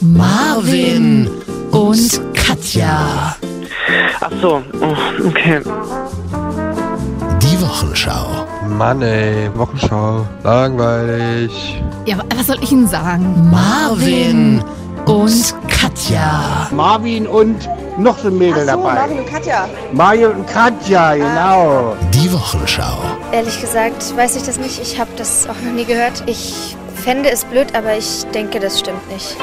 Marvin und Katja. Ach so, oh, okay. Die Wochenschau. Mann ey, Wochenschau. Langweilig. Ja, wa- was soll ich Ihnen sagen? Marvin und Katja. Marvin und noch so ein Mädel dabei. Marvin und Katja. Ah. Mario und Katja, genau. Die Wochenschau. Ehrlich gesagt weiß ich das nicht. Ich habe das auch noch nie gehört. Ich fände es blöd, aber ich denke, das stimmt nicht.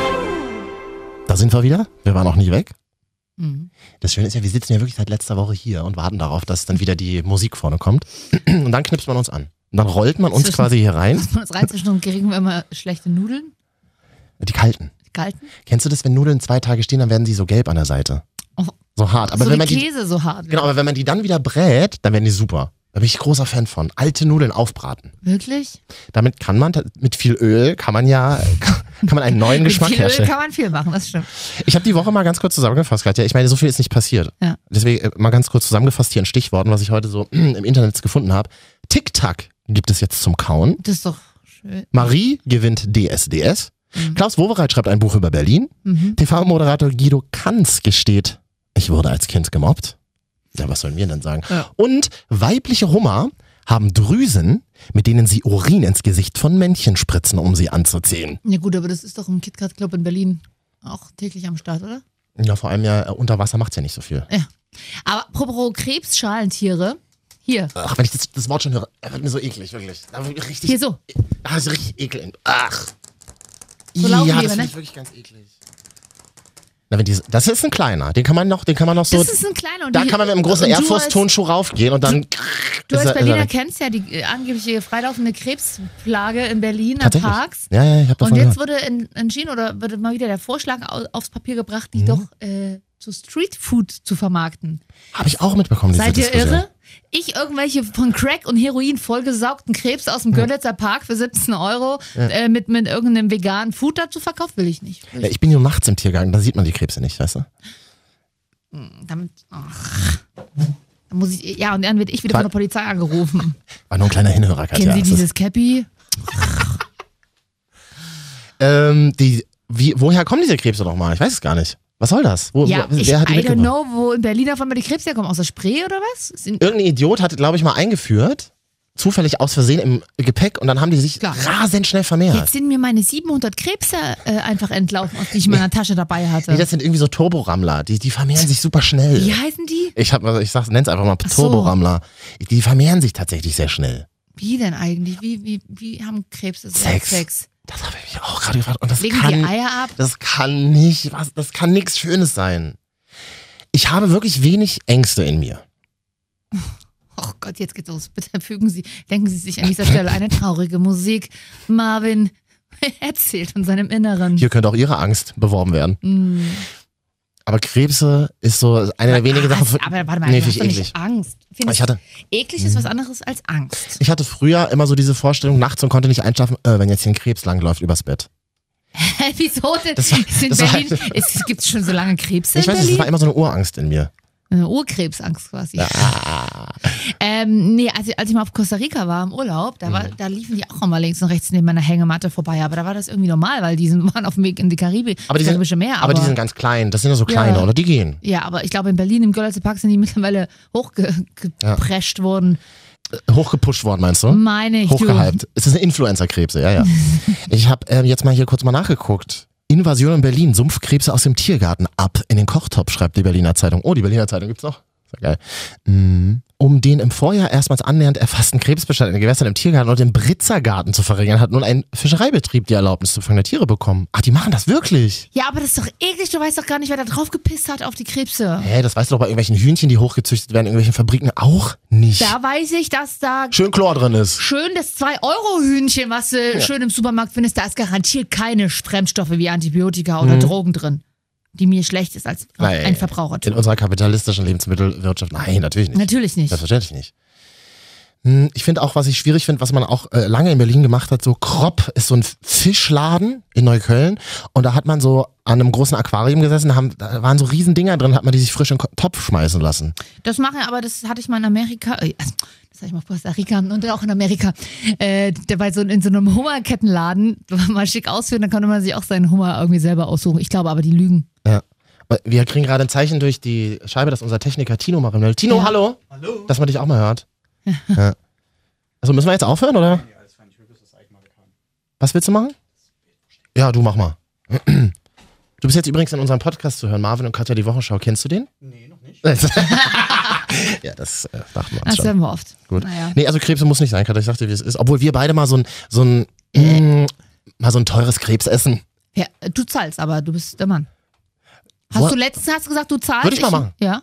Da sind wir wieder. Wir waren noch nie weg. Mhm. Das Schöne ist ja, wir sitzen ja wirklich seit letzter Woche hier und warten darauf, dass dann wieder die Musik vorne kommt. Und dann knipst man uns an. Und dann rollt man uns Zwischen- quasi hier rein. Lassen wir uns reinzwischen und kriegen wir immer schlechte Nudeln, Die kalten. die kalten. Kennst du das, wenn Nudeln zwei Tage stehen, dann werden sie so gelb an der Seite? Oh. So hart. Aber so wenn wie man die, Käse so hart. genau, aber wenn man die dann wieder brät, dann werden die super. Da bin ich großer Fan von. Alte Nudeln aufbraten. Wirklich? Damit kann man, ta- mit viel Öl kann man ja, kann man einen neuen Geschmack Mit viel Öl herstellen. kann man viel machen, das stimmt. Ich habe die Woche mal ganz kurz zusammengefasst, Katja. Ich meine, so viel ist nicht passiert. Ja. Deswegen äh, mal ganz kurz zusammengefasst hier in Stichworten, was ich heute so im Internet gefunden habe. TikTok gibt es jetzt zum Kauen. Das ist doch schön. Marie gewinnt DSDS. Mhm. Klaus Wowereit schreibt ein Buch über Berlin. Mhm. TV-Moderator Guido Kanz gesteht, ich wurde als Kind gemobbt. Ja, was sollen wir denn sagen? Ja. Und weibliche Hummer haben Drüsen, mit denen sie Urin ins Gesicht von Männchen spritzen, um sie anzuziehen. Ja gut, aber das ist doch im KitKat Club in Berlin auch täglich am Start, oder? Ja, vor allem ja, äh, unter Wasser macht's ja nicht so viel. Aber apropos Krebsschalentiere, hier, Ach, wenn ich das, das Wort schon höre, äh, wird mir so eklig, wirklich. Da wird mir richtig, hier so. da ist richtig ekel. in- Ach. So laufen ja, die, das ne? finde ich wirklich ganz eklig. Na, wenn die, das ist ein kleiner, den kann man noch, den kann man noch so, das ist ein kleiner und da die- kann man mit einem großen und du als- Airforce-Tonschuh raufgehen und dann. Du ist er- als ist er Berliner weg. kennst ja die äh, angebliche freilaufende Krebsplage in Berlin an Tatsächlich. Parks. Ja, ja, ich habe davon Und jetzt gehört. wurde en- entschieden oder wurde mal wieder der Vorschlag au- aufs Papier gebracht, Mhm. die doch äh, zu Streetfood zu vermarkten. Habe ich auch mitbekommen, diese Seid ihr Diskussion. irre? Ich irgendwelche von Crack und Heroin vollgesaugten Krebs aus dem Görlitzer Park für 17 Euro äh, mit, mit irgendeinem veganen Food dazu verkauft, will ich nicht. Will Ja, ich bin nur nachts im Tiergarten, da sieht man die Krebse nicht, weißt du? ich, damit, ach. Da muss ich, ja, und dann wird ich wieder von der Polizei angerufen. War nur ein kleiner Hinhörer, Katja. Kennen Sie Das ist- dieses Cappy? Ähm, die, wie, woher kommen diese Krebse nochmal? Ich weiß es gar nicht. Was soll das? Wo, Ja, wo, ich, wer hat die I don't mitgebracht? know, wo in Berlin auf einmal die Krebs herkommen. Aus der Spree oder was? Sind, Irgendein Idiot hat, glaube ich, mal eingeführt. Zufällig aus Versehen im Gepäck und dann haben die sich Klar. rasend schnell vermehrt. Jetzt sind mir meine 700 Krebse äh, einfach entlaufen, die ich in meiner Tasche dabei hatte. Nee, das sind irgendwie so Turborammler. Die, die vermehren sich super schnell. Wie heißen die? Ich, hab, also ich sag's, nenn's einfach mal Ach so. Turborammler. Die vermehren sich tatsächlich sehr schnell. Wie denn eigentlich? Wie, wie, wie haben Krebse so Sex. Sex? Das habe ich mich auch gerade gefragt. Und das Legen kann, die Eier ab? Das kann nicht, was, das kann nichts Schönes sein. Ich habe wirklich wenig Ängste in mir. Oh Gott, jetzt geht's los. Bitte fügen Sie, denken Sie sich an Äh, dieser Stelle eine traurige Musik. Marvin erzählt von seinem Inneren. Hier könnte auch Ihre Angst beworben werden. Hm. Aber Krebse ist so eine der wenigen Ah, Sachen. Aber warte mal, nee, du hast finde doch ich nicht eklig. Angst. Find Ich hatte, Hm. eklig ist was anderes als Angst. ich hatte früher immer so diese Vorstellung nachts und konnte nicht einschlafen, äh, wenn jetzt hier ein Krebs langläuft übers Bett. Hä, Wieso denn? Das war- Ist in das war- Berlin, es gibt schon so lange Krebse Ich in weiß nicht, das Berlin? war immer so eine Urangst in mir. Eine Urkrebsangst Äh, quasi. Ah. Ähm, nee, als ich, als ich mal auf Costa Rica war im Urlaub, da, Mhm. war, da liefen die auch immer links und rechts neben meiner Hängematte vorbei. Aber da war das irgendwie normal, weil die sind, waren auf dem Weg in die Karibik, Aber die sind- Karibische Meer. Aber, die sind ganz klein, das sind ja so kleine, Ja. oder? Die gehen. ja, aber ich glaube, in Berlin im Görlitzer Park sind die mittlerweile hochgeprescht worden. Hochgepusht worden, meinst du? Meine ich, Hochgehypt. Es ist eine Influencer-Krebse, ja, ja. ich habe ähm, jetzt mal hier kurz mal nachgeguckt. Invasion in Berlin, Sumpfkrebse aus dem Tiergarten ab in den Kochtopf, schreibt die Berliner Zeitung. Oh, die Berliner Zeitung gibt's noch. Ist ja geil. Mm. Um den im Vorjahr erstmals annähernd erfassten Krebsbestand in den Gewässern im Tiergarten und im Britzergarten zu verringern, hat nun ein Fischereibetrieb die Erlaubnis zum Fang der Tiere bekommen. Ach, die machen das wirklich? du. Ja, aber das ist doch eklig. Du weißt doch gar nicht, wer da drauf gepisst hat auf die Krebse. Hä, das weißt du doch bei irgendwelchen Hühnchen, die hochgezüchtet werden, in irgendwelchen Fabriken auch nicht. Da weiß ich, dass da Schön Chlor drin ist. schön das 2-Euro-Hühnchen, was du schön im Supermarkt findest, da ist garantiert keine Fremdstoffe wie Antibiotika oder Drogen drin, die mir schlecht ist als Mhm. Nein. ein Verbraucher. In unserer kapitalistischen Lebensmittelwirtschaft? Nein, natürlich nicht. Natürlich nicht. Selbstverständlich nicht. Hm, Ich finde auch, was ich schwierig finde, was man auch äh, lange in Berlin gemacht hat, so Kropp ist so ein Fischladen in Neukölln und da hat man so an einem großen Aquarium gesessen, haben, da waren so riesen Dinger drin, hat man die sich frisch in den Ko- Topf schmeißen lassen. Das machen, aber das hatte ich mal in Amerika, äh, also, das hatte ich mal auf Costa Rica und auch in Amerika. Äh, der bei so, in so einem Hummerkettenladen mal schick ausführen, dann konnte man sich auch seinen Hummer irgendwie selber aussuchen. Ich glaube aber, die lügen. Aber Wir kriegen gerade ein Zeichen durch die Scheibe, dass unser Techniker Tino machen will. Tino, Ja. hallo. Hallo. Dass man dich auch mal hört. ja. Also müssen wir jetzt aufhören, oder? Was willst du machen? Ja, du mach mal. Du bist jetzt übrigens in unserem Podcast zu hören, Marvin und Katja die Wochenschau. Kennst du den? Nee, noch nicht. ja, das äh, dachten wir uns Das schon. hören wir oft. Gut. Naja. Nee, also Krebse muss nicht sein, Katja. Ich sagte, wie es ist. Obwohl wir beide mal so ein, so ein, mm, mal so ein teures Krebs essen. Ja, äh, du zahlst, aber du bist der Mann. Hast What? du letztens hast du gesagt, du zahlst? Würde ich mal machen. Ja.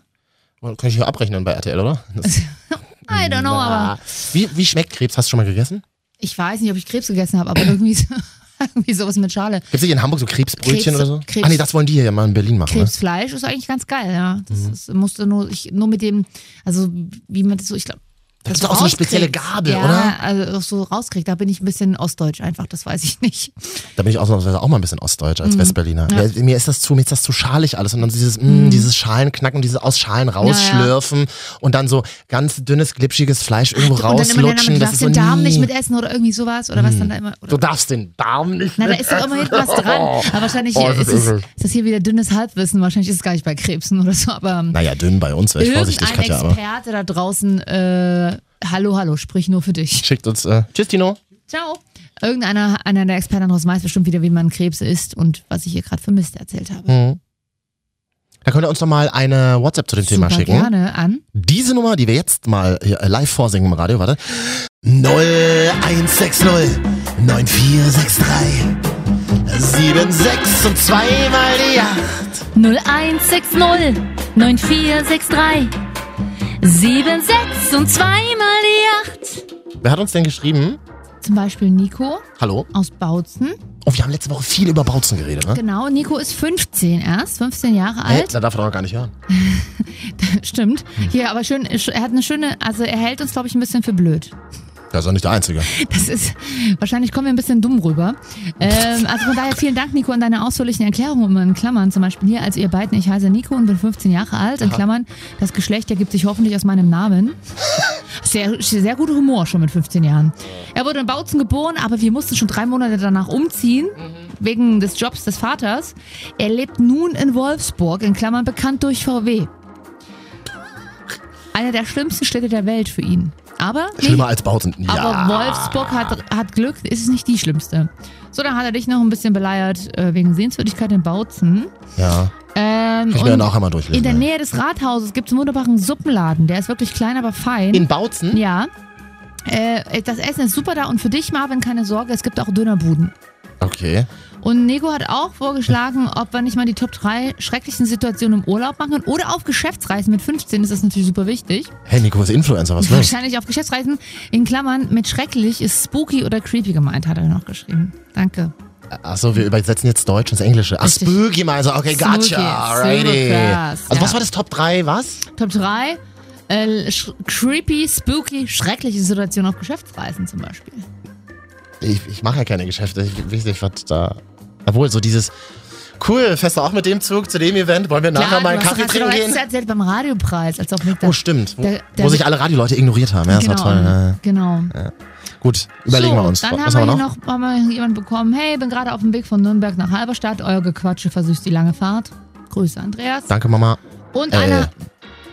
Kann ich hier abrechnen bei RTL, oder? Das I don't know, Oh, aber Ah. Wie, wie schmeckt Krebs? Hast du schon mal gegessen? ich weiß nicht, ob ich Krebs gegessen habe, aber irgendwie, so- irgendwie sowas mit Schale. Gibt es nicht in Hamburg so Krebsbrötchen Krebs- oder so? Krebs- Ah nee, das wollen die hier ja mal in Berlin machen. Ne? Krebsfleisch ist eigentlich ganz geil, ja. Das Mhm. ist, musste nur, ich, nur mit dem, also wie man das so, ich glaube, Da gibt's doch auch so eine spezielle Gabel, ja, oder? also auch so rauskriegt. Da bin ich ein bisschen ostdeutsch einfach, das weiß ich nicht. Da bin ich ausnahmsweise auch mal ein bisschen ostdeutsch als Westberliner. Mhm. Ja. Mhm. Ja, Mir ist das zu, mir ist das zu schalig alles. Und dann dieses, mh, dieses Schalenknacken, dieses aus Schalen rausschlürfen und dann so ganz dünnes, glitschiges Fleisch irgendwo Und dann immer, dann, rauslutschen. du das ist darfst so den Darm nie- Mhm. nicht mitessen oder irgendwie sowas oder was dann da immer. Oder Du darfst den Darm nicht Na, da mit ist doch immer hinten was dran. Aber wahrscheinlich Oh, das ist, ist es, es. ist das hier wieder dünnes Halbwissen. Wahrscheinlich ist es gar nicht bei Krebsen oder so. Aber ähm, Naja, dünn bei uns wäre ich vorsichtig, irgendein Katja, aber Experte da draußen, äh, hallo, hallo, sprich nur für dich. schickt uns. Äh, Tschüss, Tino. Ciao. Irgendeiner einer der Experten daraus weiß bestimmt wieder, wie man Krebs isst und was ich hier gerade für Mist erzählt habe. Mhm. Da könnt ihr uns doch mal eine WhatsApp zu dem Thema Super schicken. gerne an. Diese Nummer, die wir jetzt mal hier äh, live vorsingen im Radio, warte. 0160 9463 76 und zweimal die 8. 0160 9463 76 und zweimal die 8. Wer hat uns denn geschrieben? Zum Beispiel Nico Hallo? aus Bautzen. Oh, wir haben letzte Woche viel über Bautzen geredet, ne? Genau, Nico ist 15 erst, 15 Jahre Hä? alt. Da darf er doch noch gar nicht hören. Stimmt. Hm. Hier, aber schön, er hat eine schöne, also er hält uns, glaube ich, ein bisschen für blöd. Da ist er nicht der Einzige. Das ist, wahrscheinlich kommen wir ein bisschen dumm rüber. Ähm, also von daher vielen Dank, Nico, an deine ausführlichen Erklärungen immer in Klammern. Zum Beispiel hier, also ihr beiden, ich heiße Nico und bin 15 Jahre alt. In Klammern, das Geschlecht ergibt sich hoffentlich aus meinem Namen. Sehr, sehr guter Humor schon mit 15 Jahren. Er wurde in Bautzen geboren, aber wir mussten schon drei Monate danach umziehen, wegen des Jobs des Vaters. Er lebt nun in Wolfsburg, in Klammern bekannt durch VW. Eine der schlimmsten Städte der Welt für ihn. Aber nicht Schlimmer als Bautzen. Ja. aber Wolfsburg hat, hat Glück, ist es nicht die schlimmste. So, dann hat er dich noch ein bisschen beleiert äh, wegen Sehenswürdigkeit in Bautzen. Ja. Kann Ähm, ich mir dann und auch einmal in durchlesen. der ne? Nähe des Rathauses gibt es einen wunderbaren Suppenladen. Der ist wirklich klein, aber fein. In Bautzen? ja. Äh, das Essen ist super da und für dich, Marvin, keine Sorge, es gibt auch Dönerbuden. Okay. Und Nico hat auch vorgeschlagen, ob wir nicht mal die Top 3 schrecklichsten Situationen im Urlaub machen oder auf Geschäftsreisen mit 15, das ist natürlich super wichtig. Hey, Nico ist Influencer, was los? Wahrscheinlich auf Geschäftsreisen. In Klammern mit schrecklich ist spooky oder creepy gemeint, hat er noch geschrieben. Danke. Achso, wir übersetzen jetzt Deutsch ins Englische. Ach, Richtig. Spooky Meiser, okay, gotcha, Spooky, alrighty. super krass, Also, was ja. war das Top 3? Was? Top 3. Äh, sch- creepy, spooky, schreckliche Situation auf Geschäftsreisen zum Beispiel. Ich, ich mache ja keine Geschäfte, ich weiß nicht, was da. Obwohl, so dieses. Cool, fährst du auch mit dem Zug zu dem Event? Wollen wir nachher Klar, mal einen du hast- Kaffee hast du trinken doch gehen? letztens erzählt beim Radiopreis, als auch Nick da. Oh, stimmt. Wo, Der- der- wo sich alle Radioleute ignoriert haben. Ja, das genau, war toll. Ja, ja. Genau. Gut, überlegen so, wir uns. Dann Was haben wir hier noch, haben wir hier jemanden bekommen. Hey, bin gerade auf dem Weg von Nürnberg nach Halberstadt. Euer Gequatsche versüßt die lange Fahrt. Grüße, Andreas. Danke, Mama. Und Äh. einer,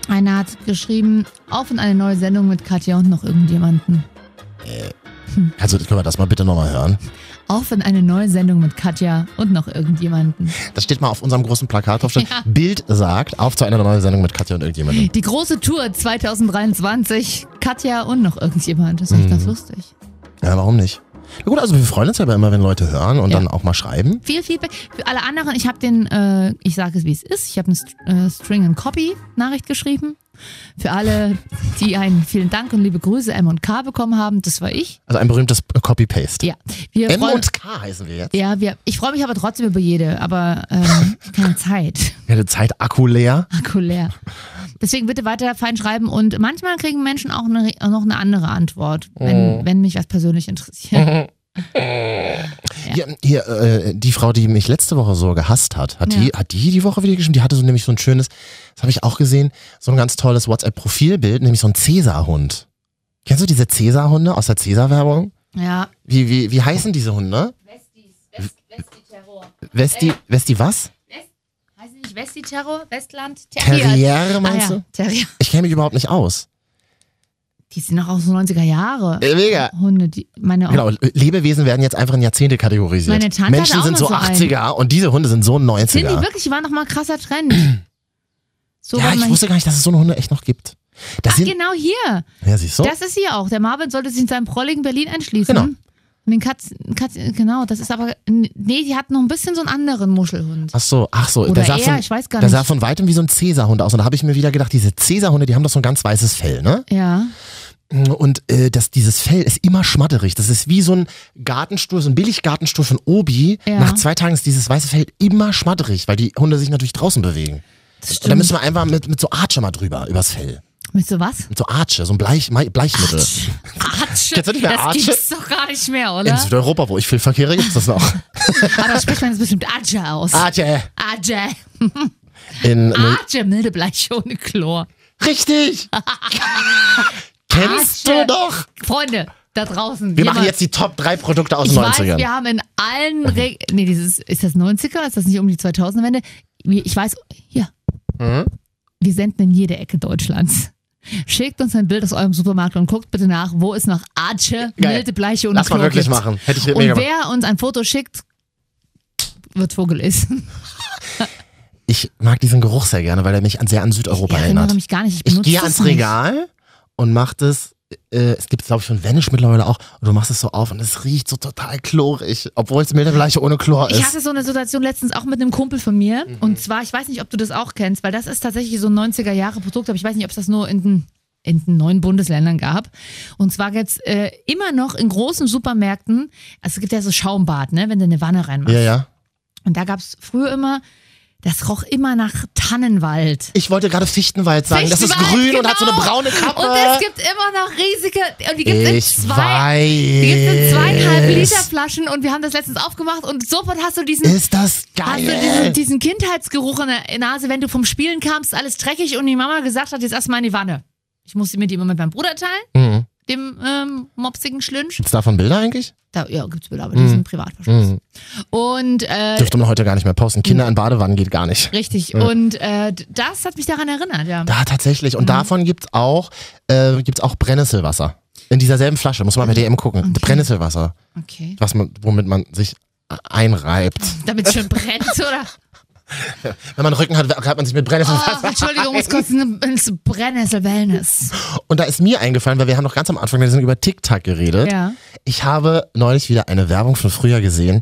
einer hat geschrieben, auf in eine neue Sendung mit Katja und noch irgendjemanden. Also, können wir das mal bitte nochmal hören? Auf in eine neue Sendung mit Katja und noch irgendjemanden. Das steht mal auf unserem großen Plakat drauf. steht, Bild sagt, auf zu einer neuen Sendung mit Katja und irgendjemandem. Die große Tour 2023. Katja und noch irgendjemand. Das ist echt ganz Mhm. lustig. Ja, warum nicht? Na gut, also wir freuen uns ja aber immer, wenn Leute hören und Ja. dann auch mal schreiben. Viel Feedback. Für alle anderen, ich habe den, äh, ich sage es wie es ist, ich habe eine St äh, String and Copy Nachricht geschrieben. Für alle, die einen vielen Dank und liebe Grüße M und K bekommen haben, das war ich. Also ein berühmtes Copy-Paste. Ja, wir M freuen- und K heißen wir jetzt. Ja, wir, ich freue mich aber trotzdem über jede, aber ähm, keine Zeit. Ja, die Zeit Akku leer. Akku leer. Deswegen bitte weiter fein schreiben und manchmal kriegen Menschen auch eine, noch eine andere Antwort, wenn, Mhm. wenn mich was persönlich interessiert. Hier, hier äh, die Frau, die mich letzte Woche so gehasst hat, hat, die, hat die die Woche wieder geschrieben? Die hatte so nämlich so ein schönes, das habe ich auch gesehen, so ein ganz tolles WhatsApp-Profilbild, nämlich so ein Cäsar-Hund. Kennst du diese Cäsar-Hunde aus der Cäsar-Werbung? Ja. Wie, wie, wie heißen diese Hunde? Westi-Terror. Westi, Westi was? Heißt nicht Westi-Terror? Westland? Terriere meinst ah, ja. du? Terrier. Ich kenne mich überhaupt nicht aus. Die sind noch aus den 90er Jahre. Äh, mega. Hunde, die meine Genau, Lebewesen werden jetzt einfach in Jahrzehnte kategorisiert. Meine Tante Menschen hatte auch sind so noch so einen. 80er und diese Hunde sind so 90er. Sind die wirklich, war noch mal ein krasser Trend. So ja, war ich mein- wusste gar nicht, dass es so eine Hunde echt noch gibt. Das Ach, sind, genau hier. ja, siehst du? Das ist hier auch. Der Marvin sollte sich in seinem prolligen Berlin einschließen. Genau. Und den Katzen, Katzen, genau, das ist aber, nee, die hat noch ein bisschen so einen anderen Muschelhund. Ach so, ach so. Oder der sah er, von, ich weiß gar der nicht. sah von weitem wie so ein Cäsarhund aus. Und da habe ich mir wieder gedacht, diese Cäsarhunde, die haben doch so ein ganz weißes Fell, ne? Ja. Mhm. Und äh, das, dieses Fell ist immer schmatterig. Das ist wie so ein Gartenstuhl, so ein Billiggartenstuhl von Obi. Ja. Nach zwei Tagen ist dieses weiße Fell immer schmatterig, weil die Hunde sich natürlich draußen bewegen. Und da müssen wir einfach mit, mit so Arche mal drüber, übers Fell. Mit so was? Mit so Arche, so ein Bleich, Mai- Bleichmittel. Arsch. Kennst du nicht mehr das Arsch? gibt's doch gar nicht mehr, In oder? Südeuropa, wo ich viel verkehre, gibt's das noch. Aber da spricht man das bestimmt Arja aus. Arche! Arja. In, Arja, milde Bleiche ohne Chlor. richtig! Kennst Arche. du doch! Freunde, da draußen. Wir jemand- machen jetzt die Top 3 Produkte aus Ich den Mhm. weiß, 90ern. wir haben in allen, Re nee, dieses, ist das 90er, ist das nicht um die 2000er-Wende? Wir- Ich weiß, hier, Mhm. wir senden in jede Ecke Deutschlands. Schickt uns ein Bild aus eurem Supermarkt und guckt bitte nach, wo ist noch Arche, Geil. milde Bleiche und Lass mal Chlor wirklich gibt. machen. Hätte ich Und mega gemacht. wer uns ein Foto schickt, wird vorgelesen. Ich mag diesen Geruch sehr gerne, weil er mich an, sehr an Südeuropa Ich erinnere erinnert. mich genau, gar nicht. Ich, Ich benutze gehe das ans nicht. Regal und mach das. Äh, es gibt glaube ich, von Vanish mittlerweile auch. Und du machst es so auf und es riecht so total chlorig. Obwohl es milde Bleiche ohne Chlor Ich ist. hatte so eine Situation letztens auch mit einem Kumpel von mir. Mhm. Und zwar, ich weiß nicht, ob du das auch kennst, weil das ist tatsächlich so ein 90er-Jahre-Produkt, aber ich weiß nicht, ob es das nur in den, in den neuen Bundesländern gab. Und zwar jetzt äh, immer noch in großen Supermärkten, also es gibt ja so Schaumbad, ne, wenn du eine Wanne reinmachst. Ja, ja. Und da gab es früher immer, das roch immer nach Tannenwald. Ich wollte gerade Fichtenwald sagen. das ist Fichtenwald, grün und hat so eine genau. braune Kappe. Und es gibt immer noch riesige, und die gibt es ich in zwei, weiß. die gibt's in zweieinhalb Liter Flaschen und wir haben das letztens aufgemacht und sofort hast du diesen Ist das Hast du geil. diesen, diesen Kindheitsgeruch in der Nase, wenn du vom Spielen kamst, alles dreckig und die Mama gesagt hat, jetzt erstmal in die Wanne. Ich musste mir die immer mit meinem Bruder teilen, Mhm. dem ähm, mopsigen Schlünsch. Gibt's davon Bilder eigentlich? Da, ja, gibt's Bilder, aber die sind privat verschlossen. Mhm. Und äh, Hm. Dürfte man heute gar nicht mehr posten. Kinder in Badewannen geht gar nicht. richtig, und äh, d- das hat mich daran erinnert, ja. Da tatsächlich. Mhm. Und davon gibt's auch, äh, gibt's auch Brennnesselwasser. In dieser selben Flasche, muss man bei DM gucken. Mhm. Okay. Brennnesselwasser, Okay. was man, womit man sich a- einreibt. Damit es schön brennt, oder? Wenn man Rücken hat, reibt man sich mit Brennnesselwasser. Oh, Entschuldigung, es kurz eine ins Brennnessel Wellness. Und da ist mir eingefallen, weil wir haben noch ganz am Anfang wir sind über TikTok geredet. Ja. Ich habe neulich wieder eine Werbung von früher gesehen.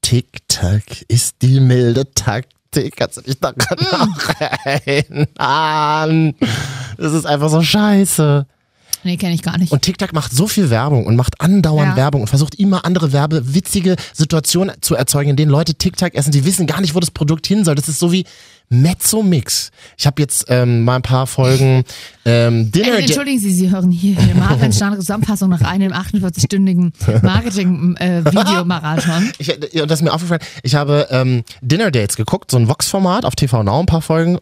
TikTok ist die milde Taktik. Kannst du dich daran Mhm. noch erinnern? Das ist einfach so scheiße. Nee, kenne ich gar nicht. Und TikTok macht so viel Werbung und macht andauernd Ja. Werbung und versucht immer andere Werbe, witzige Situationen zu erzeugen, in denen Leute TikTok essen. Die wissen gar nicht, wo das Produkt hin soll. Das ist so wie Mezzo Mix. Ich habe jetzt ähm, mal ein paar Folgen ähm, Dinner. Äh, entschuldigen Sie, Sie hören hier eine markenstande Zusammenfassung nach einem äh, 48-stündigen Marketing-Videomarathon. Ich, ja, das ist mir aufgefallen. Ich habe ähm, Dinner Dates geguckt, so ein Vox-Format auf TV Now, ein paar Folgen.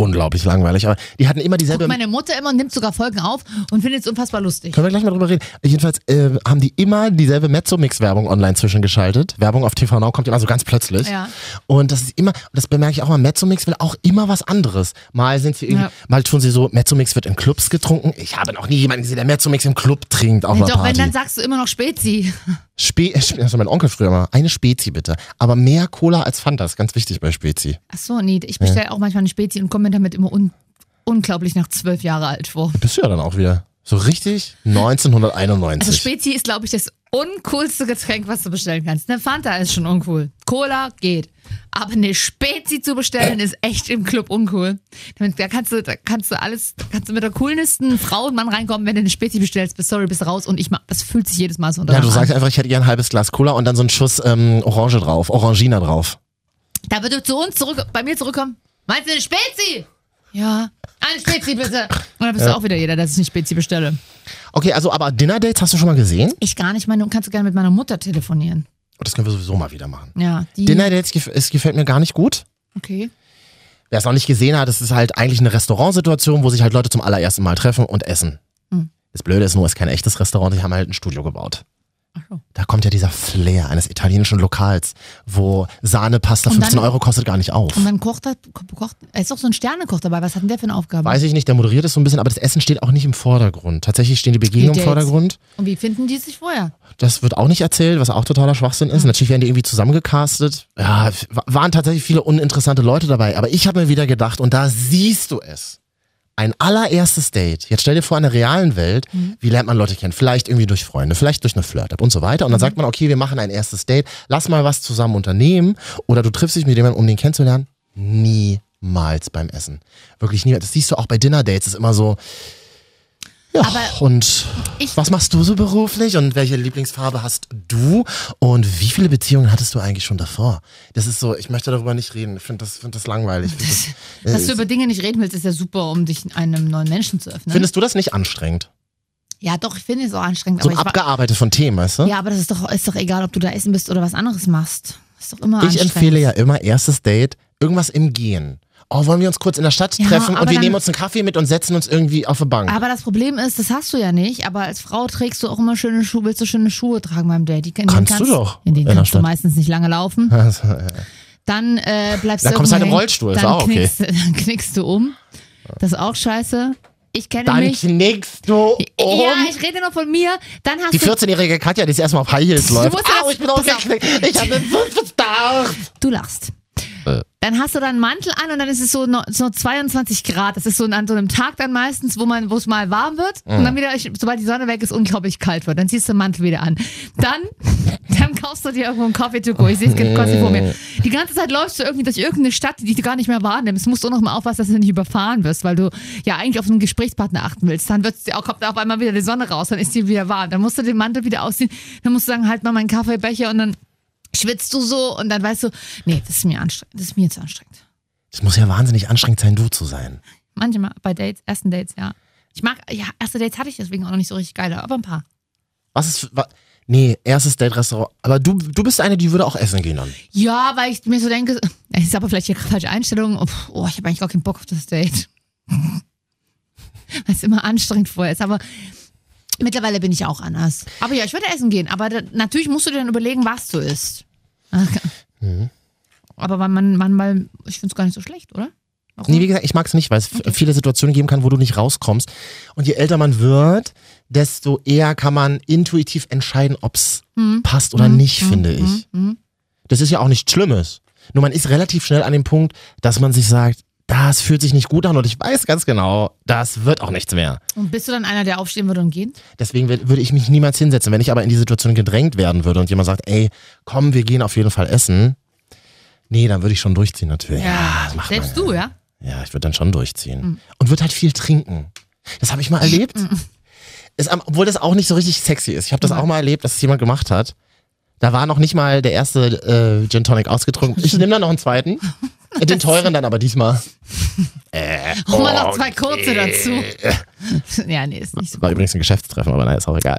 Unglaublich langweilig, aber die hatten immer dieselbe. Meine Mutter immer nimmt sogar Folgen auf und findet es unfassbar lustig. Können wir gleich mal drüber reden. Jedenfalls äh, haben die immer dieselbe Mezzo-Mix-Werbung online zwischengeschaltet. Werbung auf TV Now kommt ja immer so ganz plötzlich. Ja. Und das ist immer, das bemerke ich auch mal, Mezzo-Mix will auch immer was anderes. Mal sind sie irgendwie, Ja. mal tun sie so, Mezzo-Mix wird in Clubs getrunken. Ich habe noch nie jemanden gesehen, der Mezzo-Mix im Club trinkt auf Nee, einer doch, wenn, Party. dann sagst du immer noch Spezi. Spe äh, Spe- das hat mein Onkel früher mal. Eine Spezi bitte. Aber mehr Cola als Fanta ist ganz wichtig bei Spezi. Achso, nee, ich bestelle auch manchmal eine Spezi und komme mir damit immer un unglaublich nach zwölf Jahre alt vor. Bist du ja dann auch wieder. So richtig 1991. Also Spezi ist, glaube ich, das uncoolste Getränk, was du bestellen kannst. Eine Fanta ist schon uncool. Cola geht. Aber eine Spezi zu bestellen ist echt im Club uncool. Damit- Da kannst du, da kannst du alles, da kannst du mit der coolsten Frau und Mann reinkommen, wenn du eine Spezi bestellst, bist sorry, bist raus und ich mach, das fühlt sich jedes Mal so ja, danach du sagst an. einfach, ich hätte gern ein halbes Glas Cola und dann so einen Schuss ähm, Orange drauf, Orangina drauf. Da würde zu uns zurück, bei mir zurückkommen. Meinst du eine Spezi? Ja. Eine Spezi bitte. Und dann bist du auch wieder jeder, dass ich eine Spezi bestelle. Okay, also aber Dinner Dates hast du schon mal gesehen? Ich gar nicht. Meine, kannst du gerne mit meiner Mutter telefonieren. Oh, Das können wir sowieso mal wieder machen. Ja, die. Dinner Dates gef es gefällt mir gar nicht gut. Okay. Wer es noch nicht gesehen hat, es ist halt eigentlich eine Restaurantsituation, wo sich halt Leute zum allerersten Mal treffen und essen. Hm. Das Blöde ist nur, es ist kein echtes Restaurant, die haben halt ein Studio gebaut. Ach so. Da kommt ja dieser Flair eines italienischen Lokals, wo Sahnepasta Und dann- 15 Euro kostet gar nicht auf. Und dann kocht er, ko- kocht, er ist doch so ein Sternekoch dabei. Was hat denn der für eine Aufgabe? Weiß ich nicht, der moderiert es so ein bisschen, aber das Essen steht auch nicht im Vordergrund. Tatsächlich stehen die Begegnungen Die im Dates. Vordergrund. Und wie finden die sich vorher? Das wird auch nicht erzählt, was auch totaler Schwachsinn ist. Natürlich werden die irgendwie zusammengecastet. Ja, wa- waren tatsächlich viele uninteressante Leute dabei. Aber ich habe mir wieder gedacht, und da siehst du es. Ein allererstes Date. Jetzt stell dir vor, in der realen Welt, Mhm. wie lernt man Leute kennen? Vielleicht irgendwie durch Freunde, vielleicht durch eine Flirt-App und so weiter. Mhm. Und dann sagt man, okay, wir machen ein erstes Date. Lass mal was zusammen unternehmen. Oder du triffst dich mit jemandem, um den kennenzulernen. Niemals beim Essen. Wirklich niemals. Das siehst du auch bei Dinner-Dates. Ist immer so, ja, Aber und ich- was machst du so beruflich und welche Lieblingsfarbe hast du und wie viele Beziehungen hattest du eigentlich schon davor? Das ist so, ich möchte darüber nicht reden, ich finde das, find das langweilig. Find das, Dass du äh, über Dinge nicht reden willst, ist ja super, um dich einem neuen Menschen zu öffnen. findest du das nicht anstrengend? ja, doch, ich finde es auch anstrengend. So ne? aber ich war- abgearbeitet von Themen, weißt du? Ja, aber das ist doch, ist doch egal, ob du da essen bist oder was anderes machst. Ist doch immer ich anstrengend. empfehle ja immer, erstes Date, irgendwas im Gehen. Oh, wollen wir uns kurz in der Stadt Ja, treffen aber und wir dann- nehmen uns einen Kaffee mit und setzen uns irgendwie auf eine Bank. Aber das Problem ist, das hast du ja nicht. Aber als Frau trägst du auch immer schöne Schuhe, willst du schöne Schuhe tragen beim Date. Die, in denen Kannst du doch, In in denen der kannst du Stadt. meistens nicht lange laufen. Also, äh, Dann äh, bleibst Dann du kommst du halt irgendwo im hängen. Rollstuhl, ist dann auch okay. Knickst, dann knickst du um. Das ist auch scheiße. Ich kenne Dann mich. knickst du um. Ja, ich rede nur von mir. Dann hast die du 14-jährige Katja, die ist erstmal auf High Heels Du läuft. musst das- Au, ich bin auch pass auf. geknickt. Ich habe einen Wurst Du lachst. Dann hast du dann einen Mantel an und dann ist es so, no, so 22 Grad. Das ist so an so einem Tag dann meistens, wo man, wo es mal warm wird und dann wieder, sobald die Sonne weg ist, unglaublich kalt wird. Dann ziehst du den Mantel wieder an. Dann, dann kaufst du dir irgendwo einen Coffee to go. Ich sehe es quasi vor mir. Die ganze Zeit läufst du irgendwie durch irgendeine Stadt, die du gar nicht mehr wahrnimmst. Musst du auch noch mal aufpassen, dass du nicht überfahren wirst, weil du ja eigentlich auf einen Gesprächspartner achten willst. Dann wird's dir auch, kommt auf einmal wieder die Sonne raus, dann ist dir wieder warm. Dann musst du den Mantel wieder ausziehen. Dann musst du sagen, halt mal meinen Kaffeebecher und dann schwitzt du so und dann weißt du, nee, das ist mir anstrengend, das ist mir zu anstrengend. Es muss ja wahnsinnig anstrengend sein, du zu sein. Manchmal bei Dates, ersten Dates, ja. Ich mag, ja, erste Dates hatte ich deswegen auch noch nicht so richtig geile, aber ein paar. Was ist. Wa nee, erstes Date-Restaurant. Aber du, du bist eine, die würde auch essen gehen dann. Ja, weil ich mir so denke, es ist aber vielleicht hier falsche Einstellung. Oh, pf, Oh, ich habe eigentlich gar keinen Bock auf das Date. Weil es immer anstrengend vorher ist, aber mittlerweile bin ich auch anders. Aber ja, ich würde essen gehen, aber da, natürlich musst du dir dann überlegen, was du isst. Aber wenn man, man mal, ich finde es gar nicht so schlecht, oder? Warum? Nee, wie gesagt, ich mag es nicht, weil es f- viele Situationen geben kann, wo du nicht rauskommst. Und je älter man wird, desto eher kann man intuitiv entscheiden, ob es Hm. passt oder nicht, finde ich. Das ist ja auch nichts Schlimmes. Nur man ist relativ schnell an dem Punkt, dass man sich sagt, das fühlt sich nicht gut an und ich weiß ganz genau, das wird auch nichts mehr. Und bist du dann einer, der aufstehen würde und gehen? Deswegen wür- würde ich mich niemals hinsetzen. Wenn ich aber in die Situation gedrängt werden würde und jemand sagt, ey, komm, wir gehen auf jeden Fall essen. Nee, dann würde ich schon durchziehen natürlich. Ja, das macht Selbst man. du, ja? Ja, ich würde dann schon durchziehen. Mhm. Und würde halt viel trinken. Das habe ich mal erlebt. Ist, am- obwohl das auch nicht so richtig sexy ist. Ich habe das auch mal erlebt, dass es jemand gemacht hat. Da war noch nicht mal der erste äh, Gin Tonic ausgetrunken. Ich nehme dann noch einen zweiten. Den teuren dann aber diesmal. Äh, oh. Und mal noch zwei kurze dazu. ja, nee, ist nicht so. War übrigens ein Geschäftstreffen, aber naja, ist auch egal.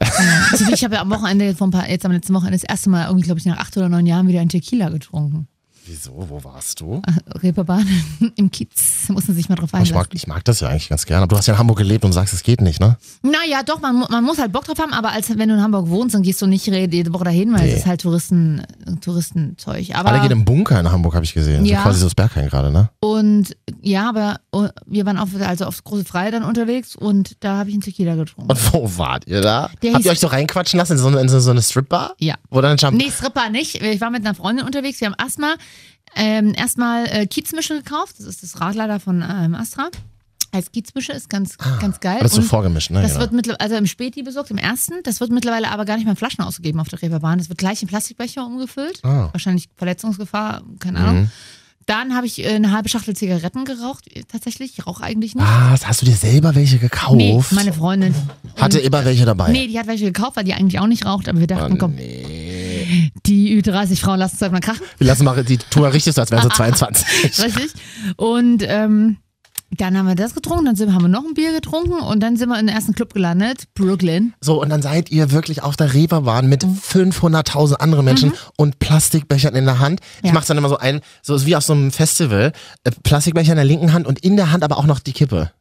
Also ich habe ja am Wochenende, vor ein paar, jetzt am letzten Wochenende, das erste Mal, irgendwie, glaube ich, nach acht oder neun Jahren wieder einen Tequila getrunken. Äh, Wieso? Wo warst du? Oh, Reeperbahn im Kiez. Da muss man sich mal drauf Ich mag, einlassen. ich mag das ja eigentlich ganz gerne. Aber du hast ja in Hamburg gelebt und sagst, es geht nicht, ne? Naja, doch, man, mu- man muss halt Bock drauf haben, aber als wenn du in Hamburg wohnst, dann gehst du nicht re- jede Woche dahin, weil Nee. es ist halt Touristen, Touristenzeug. Aber Alle gehen im Bunker in Hamburg, habe ich gesehen. Ja. So quasi so das Berghain gerade, ne? und ja, aber oh, wir waren auf, also aufs große Freie dann unterwegs und da habe ich einen Tequila getrunken. Und wo wart ihr da? Der Habt ihr hieß- euch so reinquatschen lassen in so eine, in so so eine Stripbar? Ja. Wo dann Jump Nee, Stripper nicht. Ich war mit einer Freundin unterwegs. Wir haben erstmal ähm, erstmal äh, Kiezmische gekauft. Das ist das Radler da von ähm, Astra. Als Kiezmische ist ganz, ganz geil. Alles so Und vorgemischt, ne? Ah, das Genau. wird mittlerweile, also im Späti besorgt, im ersten. Das wird mittlerweile aber gar nicht mehr in Flaschen ausgegeben auf der Reeperbahn. Das wird gleich in Plastikbecher umgefüllt. Ah. Wahrscheinlich Verletzungsgefahr, keine Ahnung. Dann habe ich äh, eine halbe Schachtel Zigaretten geraucht, äh, tatsächlich. Ich rauche eigentlich nicht. Was? Hast du dir selber welche gekauft? Nee, meine Freundin. Hatte immer welche dabei. Ah, Nee, die hat welche gekauft, weil die eigentlich auch nicht raucht, aber wir dachten, komm, die Ü30-Frauen lassen es halt mal krachen. Wir lassen mal die Tour richtig so, als wären sie 22. Richtig. Und ähm, Dann haben wir das getrunken, dann sind, haben wir noch ein Bier getrunken und dann sind wir in den ersten Club gelandet, Brooklyn. So, und dann seid ihr wirklich auf der Reeperbahn mit Mhm. 500.000 anderen Menschen und Plastikbechern in der Hand. Ich Ja. mach's dann immer so ein, so ist wie auf so einem Festival. Äh, Plastikbecher in der linken Hand und in der Hand aber auch noch die Kippe.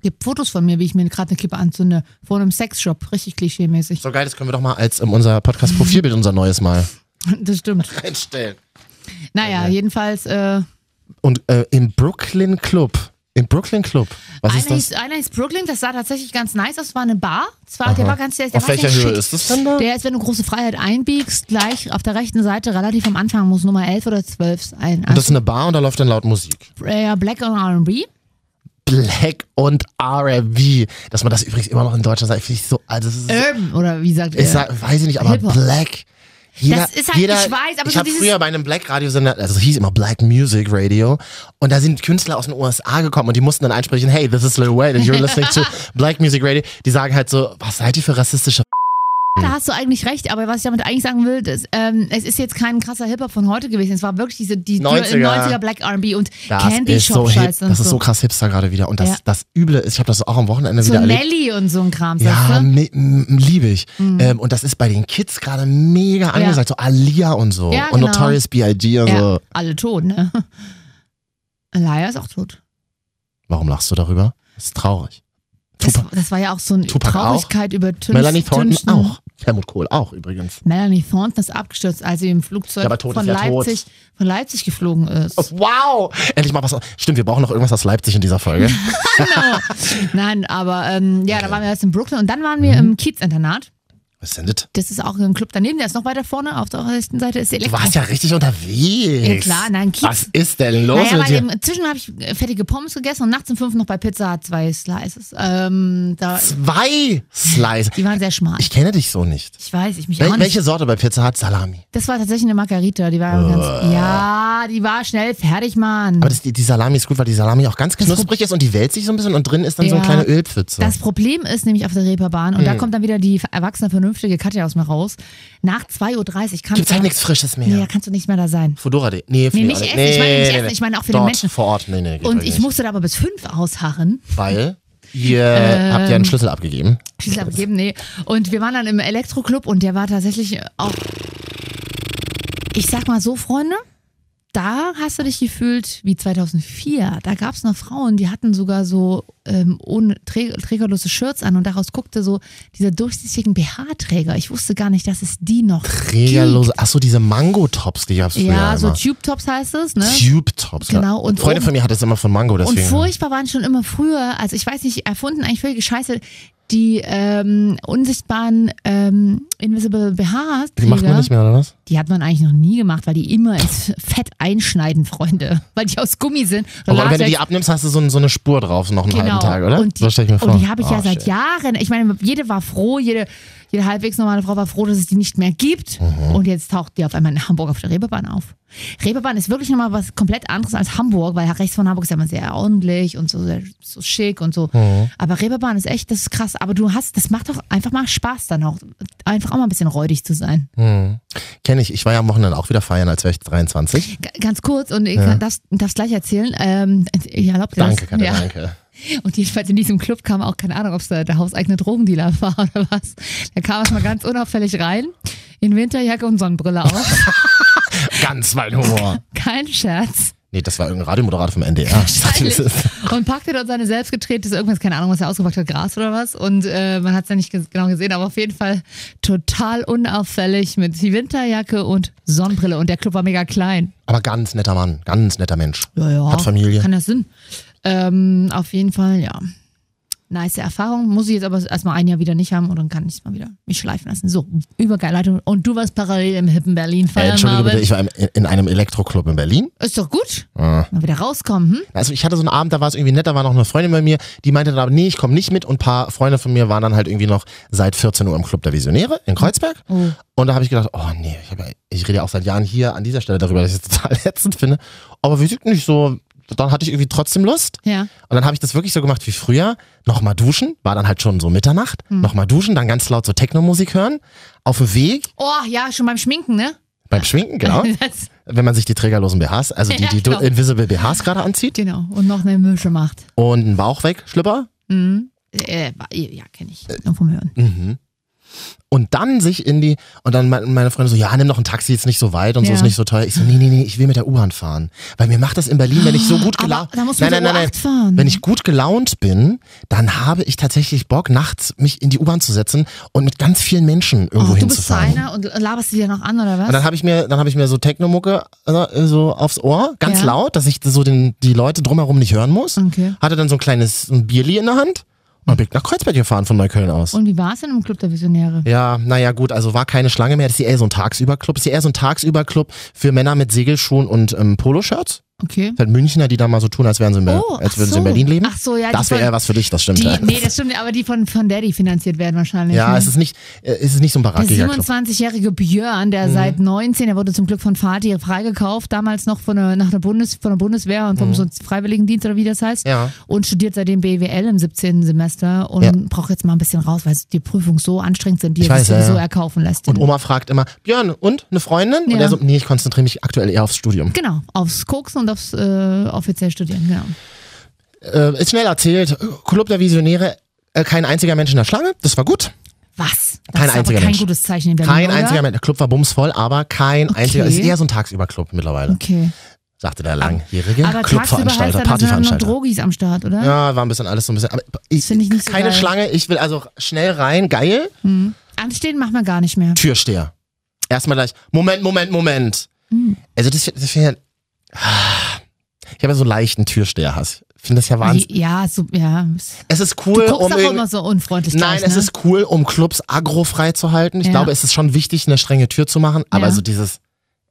Gibt Fotos von mir, wie ich mir gerade eine Kippe anzünde. Vor einem Sexshop, richtig klischeemäßig. So geil, das können wir doch mal als ähm, unser Podcast-Profilbild, unser neues Mal Das stimmt. einstellen. Naja, jedenfalls, äh, Und äh, im Brooklyn Club. Im Brooklyn Club. Was einer, ist das? hieß, einer hieß Brooklyn, das sah tatsächlich ganz nice aus, war eine Bar. Es war, der Aha. war ganz, der, der Auf war welcher sehr Höhe schick. ist das denn da? Der ist, wenn du große Freiheit einbiegst, gleich auf der rechten Seite, relativ am Anfang, muss Nummer 11 oder 12 sein. Und das ist eine Bar und da läuft dann laut Musik. äh, Black on R&B. Black und R&B. Dass man das übrigens immer noch in Deutschland sagt, finde ich so, also das ist so, Urban, oder wie sagt ich er? sag, weiß ich nicht, aber Hip-Hop. Black. Jeder, Das ist halt, jeder, ich weiß, aber ich so hab dieses- früher bei einem Black-Radiosender, also es hieß immer Black Music Radio, und da sind Künstler aus den USA gekommen und die mussten dann einsprechen, hey, this is Lil Wayne and you're listening to Black Music Radio. Die sagen halt so, was seid ihr für rassistische Hm. Da hast du eigentlich recht, aber was ich damit eigentlich sagen will, ist, ähm, es ist jetzt kein krasser Hip-Hop von heute gewesen. Es war wirklich diese die 90er. 90er Black R&B und Das Candy ist so Shop hip, Scheiße und das ist so so. krass hipster gerade wieder. Und das, Ja. das Üble ist, ich habe das auch am Wochenende So wieder erlebt. Nelly und so ein Kram, Ja, sagst du? mi- m- liebe ich. Mhm. Ähm, und das ist bei den Kids gerade mega angesagt. So Alia und so. Ja, und genau. Notorious B.I.G. und Ja, so. alle tot, ne? Alaya ist auch tot. Warum lachst du darüber? Das ist traurig. Das, Tupac, das war ja auch so eine Tupac auch. Traurigkeit über Tünchen. Melanie Thornton auch. Helmut Kohl auch übrigens. Melanie Thornton ist abgestürzt, als sie im Flugzeug Ja, aber tot von, ist ja tot. Leipzig, von Leipzig geflogen ist. Oh, wow! Endlich mal was. aus- Stimmt, wir brauchen noch irgendwas aus Leipzig in dieser Folge. Nein, aber ähm, ja, da waren wir erst in Brooklyn und dann waren Mhm. wir im Kiez-Internat. was ist denn das? Das ist auch ein Club daneben, der ist noch weiter vorne. Auf der rechten Seite ist die Du Elektro. warst ja richtig unterwegs. Ja, klar, nein, Kiez. Was ist denn los naja, mit weil dir? im Zwischen habe ich äh, fettige Pommes gegessen und nachts um fünf noch bei Pizza Hut zwei Slices. Ähm, da, Zwei Slice. die waren sehr schmal. Ich kenne dich so nicht. Ich weiß, ich mich Wel auch nicht. Welche Sorte bei Pizza hat Salami? Das war tatsächlich eine Margarita, die war ganz. Ja, die war schnell fertig, Mann. Äh. Aber das, die, die Salami ist gut, weil die Salami auch ganz knusprig ist und die wälzt sich so ein bisschen und drin ist Hm. dann so eine Ja. kleine Ölpfütze. Das Problem ist nämlich auf der Reeperbahn, und da kommt dann wieder die erwachsene, vernünftige Katja aus mir raus. Nach 2.30 Uhr kannst Gibt's du. halt nichts Frisches mehr. Nee, da kannst du nicht mehr da sein. Fudora Day. Nee, Nee, Fudora nicht Day. essen. Ich meine nicht essen. Ich meine auch für den Dort Menschen. vor Ort. Nee, nee, geht Und wirklich ich nicht. musste da aber bis fünf ausharren. Weil ihr Ähm. habt ja einen Schlüssel abgegeben. Schließlich abgeben, nee. Und wir waren dann im Elektroclub und der war tatsächlich auch. Ich sag mal so, Freunde, da hast du dich gefühlt wie 2004. Da gab es noch Frauen, die hatten sogar so ähm, ohne trä trägerlose Shirts an und daraus guckte so dieser durchsichtigen BH-Träger. Ich wusste gar nicht, dass es die noch Regerlose. Ach so, diese Mango-Tops, die gab's gibt. früher Ja, so immer. Tube-Tops heißt es, ne? Tube-Tops. ja. Genau, und Freunde oben- von mir hat es immer von Mango, deswegen. Und furchtbar waren schon immer früher, also ich weiß nicht, erfunden eigentlich völlige Scheiße, die ähm, unsichtbaren ähm, Invisible BHs. Die macht man nicht mehr, oder was? Die hat man eigentlich noch nie gemacht, weil die immer ins Fett einschneiden, Freunde. Weil die aus Gummi sind. Oder Aber wenn du Latex. die abnimmst, hast du so, ein- so eine Spur drauf, so noch einen halben Genau. Tag, oder? Und die, so stell ich mir vor. Und die habe ich ja Oh, seit shit. Jahren. Ich meine, jede war froh, jede, jede halbwegs normale Frau war froh, dass es die nicht mehr gibt. Mhm. Und jetzt taucht die auf einmal in Hamburg auf der Reeperbahn auf. Reeperbahn ist wirklich nochmal was komplett anderes als Hamburg, weil rechts von Hamburg ist ja immer sehr ordentlich und so, sehr, so schick und so. Mhm. Aber Reeperbahn ist echt, das ist krass. Aber du hast, das macht doch einfach mal Spaß dann auch, einfach auch mal ein bisschen räudig zu sein. Hm. Kenn ich. Ich war ja am Wochenende auch wieder feiern, als wäre ich 23. G- Ganz kurz und ich kann- darf's darf's gleich erzählen. Ähm, ich erlaube dir Danke, das. Katja, ja. danke. Und jedenfalls in diesem Club kam auch, keine Ahnung, ob es da der hauseigene Drogendealer war oder was. Da kam es mal ganz unauffällig rein, in Winterjacke und Sonnenbrille auf. Ganz mein Humor. Kein Scherz. Nee, das war irgendein Radiomoderator vom NDR. Wahrscheinlich. Und packte dort seine selbstgetretenes irgendwas, keine Ahnung, was er ausgepackt hat, Gras oder was. Und äh, man hat es ja nicht ges- genau gesehen, aber auf jeden Fall total unauffällig mit Winterjacke und Sonnenbrille. Und der Club war mega klein. Aber ganz netter Mann, ganz netter Mensch. Äh, Ja, ja. Hat Familie. Kann das Sinn? Ähm, auf jeden Fall, ja. Nice Erfahrung. Muss ich jetzt aber erstmal ein Jahr wieder nicht haben und dann kann ich es mal wieder mich schleifen lassen. So, Übergeleitung. Und du warst parallel im hippen Berlin Äh, feiern, Entschuldige Marvin. bitte, ich war im, in einem Elektroclub in Berlin. Ist doch gut. Äh. Mal wieder rauskommen, hm? Also ich hatte so einen Abend, da war es irgendwie nett, da war noch eine Freundin bei mir, die meinte dann aber, nee, ich komme nicht mit. Und ein paar Freunde von mir waren dann halt irgendwie noch seit 14 Uhr im Club der Visionäre in Kreuzberg. Oh. Und da habe ich gedacht, oh nee, ich, hab ja, ich rede ja auch seit Jahren hier an dieser Stelle darüber, dass ich das total ätzend finde. Aber wie sieht nicht so, dann hatte ich irgendwie trotzdem Lust. Ja. Und dann habe ich das wirklich so gemacht wie früher. Nochmal duschen, war dann halt schon so Mitternacht. Hm. Nochmal duschen, dann ganz laut so Techno-Musik hören. Auf dem Weg, Oh, ja, schon beim Schminken, ne? beim Schminken, genau. Das, wenn man sich die trägerlosen BHs, also die, Ja, die genau. Invisible BHs gerade anzieht Genau. Und noch eine Mische macht. und einen Bauch weg, Schlipper. Mhm. Äh, ja, kenne ich. Äh, Nur vom Hören. Mhm. Und dann sich in die, und dann me- meine Freundin so, ja, nimm doch ein Taxi, ist nicht so weit und so Ja. ist nicht so teuer. Ich so, nee, nee, nee, ich will mit der U-Bahn fahren. Weil mir macht das in Berlin, wenn ich so gut Aber gelaunt da muss Nein, man nein, nein, nein, nein. fahren. Wenn ich gut gelaunt bin, dann habe ich tatsächlich Bock, nachts mich in die U-Bahn zu setzen und mit ganz vielen Menschen irgendwo oh, du bist so hinzufahren. einer und laberst die dir noch an, oder was? Und dann habe ich mir, dann habe ich mir so Technomucke äh, so aufs Ohr, ganz Ja. Mhm. laut, dass ich so den, die Leute drumherum nicht hören muss. okay. Hatte dann so ein kleines ein Bierli in der Hand und bin nach Kreuzberg gefahren von Neukölln aus. Und wie war es denn im Club der Visionäre? ja, naja, gut, also war keine Schlange mehr. Das ist ja eher so ein Tagsüberclub. Das ist ja eher so ein Tagsüberclub für Männer mit Segelschuhen und ähm, Poloshirts. Okay. Das sind Münchner, die da mal so tun, als, wären sie in Ber- Oh, ne? als ach würden so. sie in Berlin leben. Ach so, ja. das die wäre von, eher was für dich, das stimmt. halt. ja. die, Nee, das stimmt, aber die von, von Daddy finanziert werden wahrscheinlich. ja, ne? es ist nicht, äh, es ist nicht so ein Der barackiger Club. 27-jährige Björn, Mhm. der seit 19, der wurde zum Glück von Fatih freigekauft, damals noch von der, nach der, Bundes, von der Bundeswehr und vom so Freiwilligendienst oder wie das heißt. Mhm. Ja. Und studiert seitdem BWL im 17. Semester und Ja. braucht jetzt mal ein bisschen raus, weil die Prüfungen so anstrengend sind, die Ich er weiß, sich ja, sowieso ja. erkaufen lässt. Und Oma fragt immer, Björn, und? Eine Freundin? Und Ja. er so, nee, ich konzentriere mich aktuell eher aufs Studium. genau, aufs Koksen und aufs äh, offiziell Studieren, genau. Äh, ist schnell erzählt, Club der Visionäre, äh, kein einziger Mensch in der Schlange, das war gut. Was? Das Kein ist aber einziger kein Mensch. gutes Zeichen in Berlin, Kein oder? einziger Mensch, der Club war bumsvoll, aber kein Okay. einziger, ist eher so ein Tagsüberclub mittlerweile, Okay. sagte der langjährige Aber tagsüber heißt Clubveranstalter, dann, dass dann nur Partyveranstalter. halt Drogis am Start, oder? Ja, war ein bisschen alles so ein bisschen, aber ich, finde ich nicht so keine geil. Schlange, ich will also schnell rein, geil, Anstehen macht man gar nicht mehr. Türsteher. Erstmal gleich, Moment, Moment, Moment. Hm. Also das, das finde ich, ja- ich habe ja so einen leichten Türsteherhass. Ich finde das ja Wahnsinn. Ja, so, ja. Es ist Du cool, guckst um auch irgend- immer so unfreundlich Nein, gleich, es ne? ist cool, um Clubs agrofrei zu halten. Ich Ja. glaube, es ist schon wichtig, eine strenge Tür zu machen, aber Ja. so dieses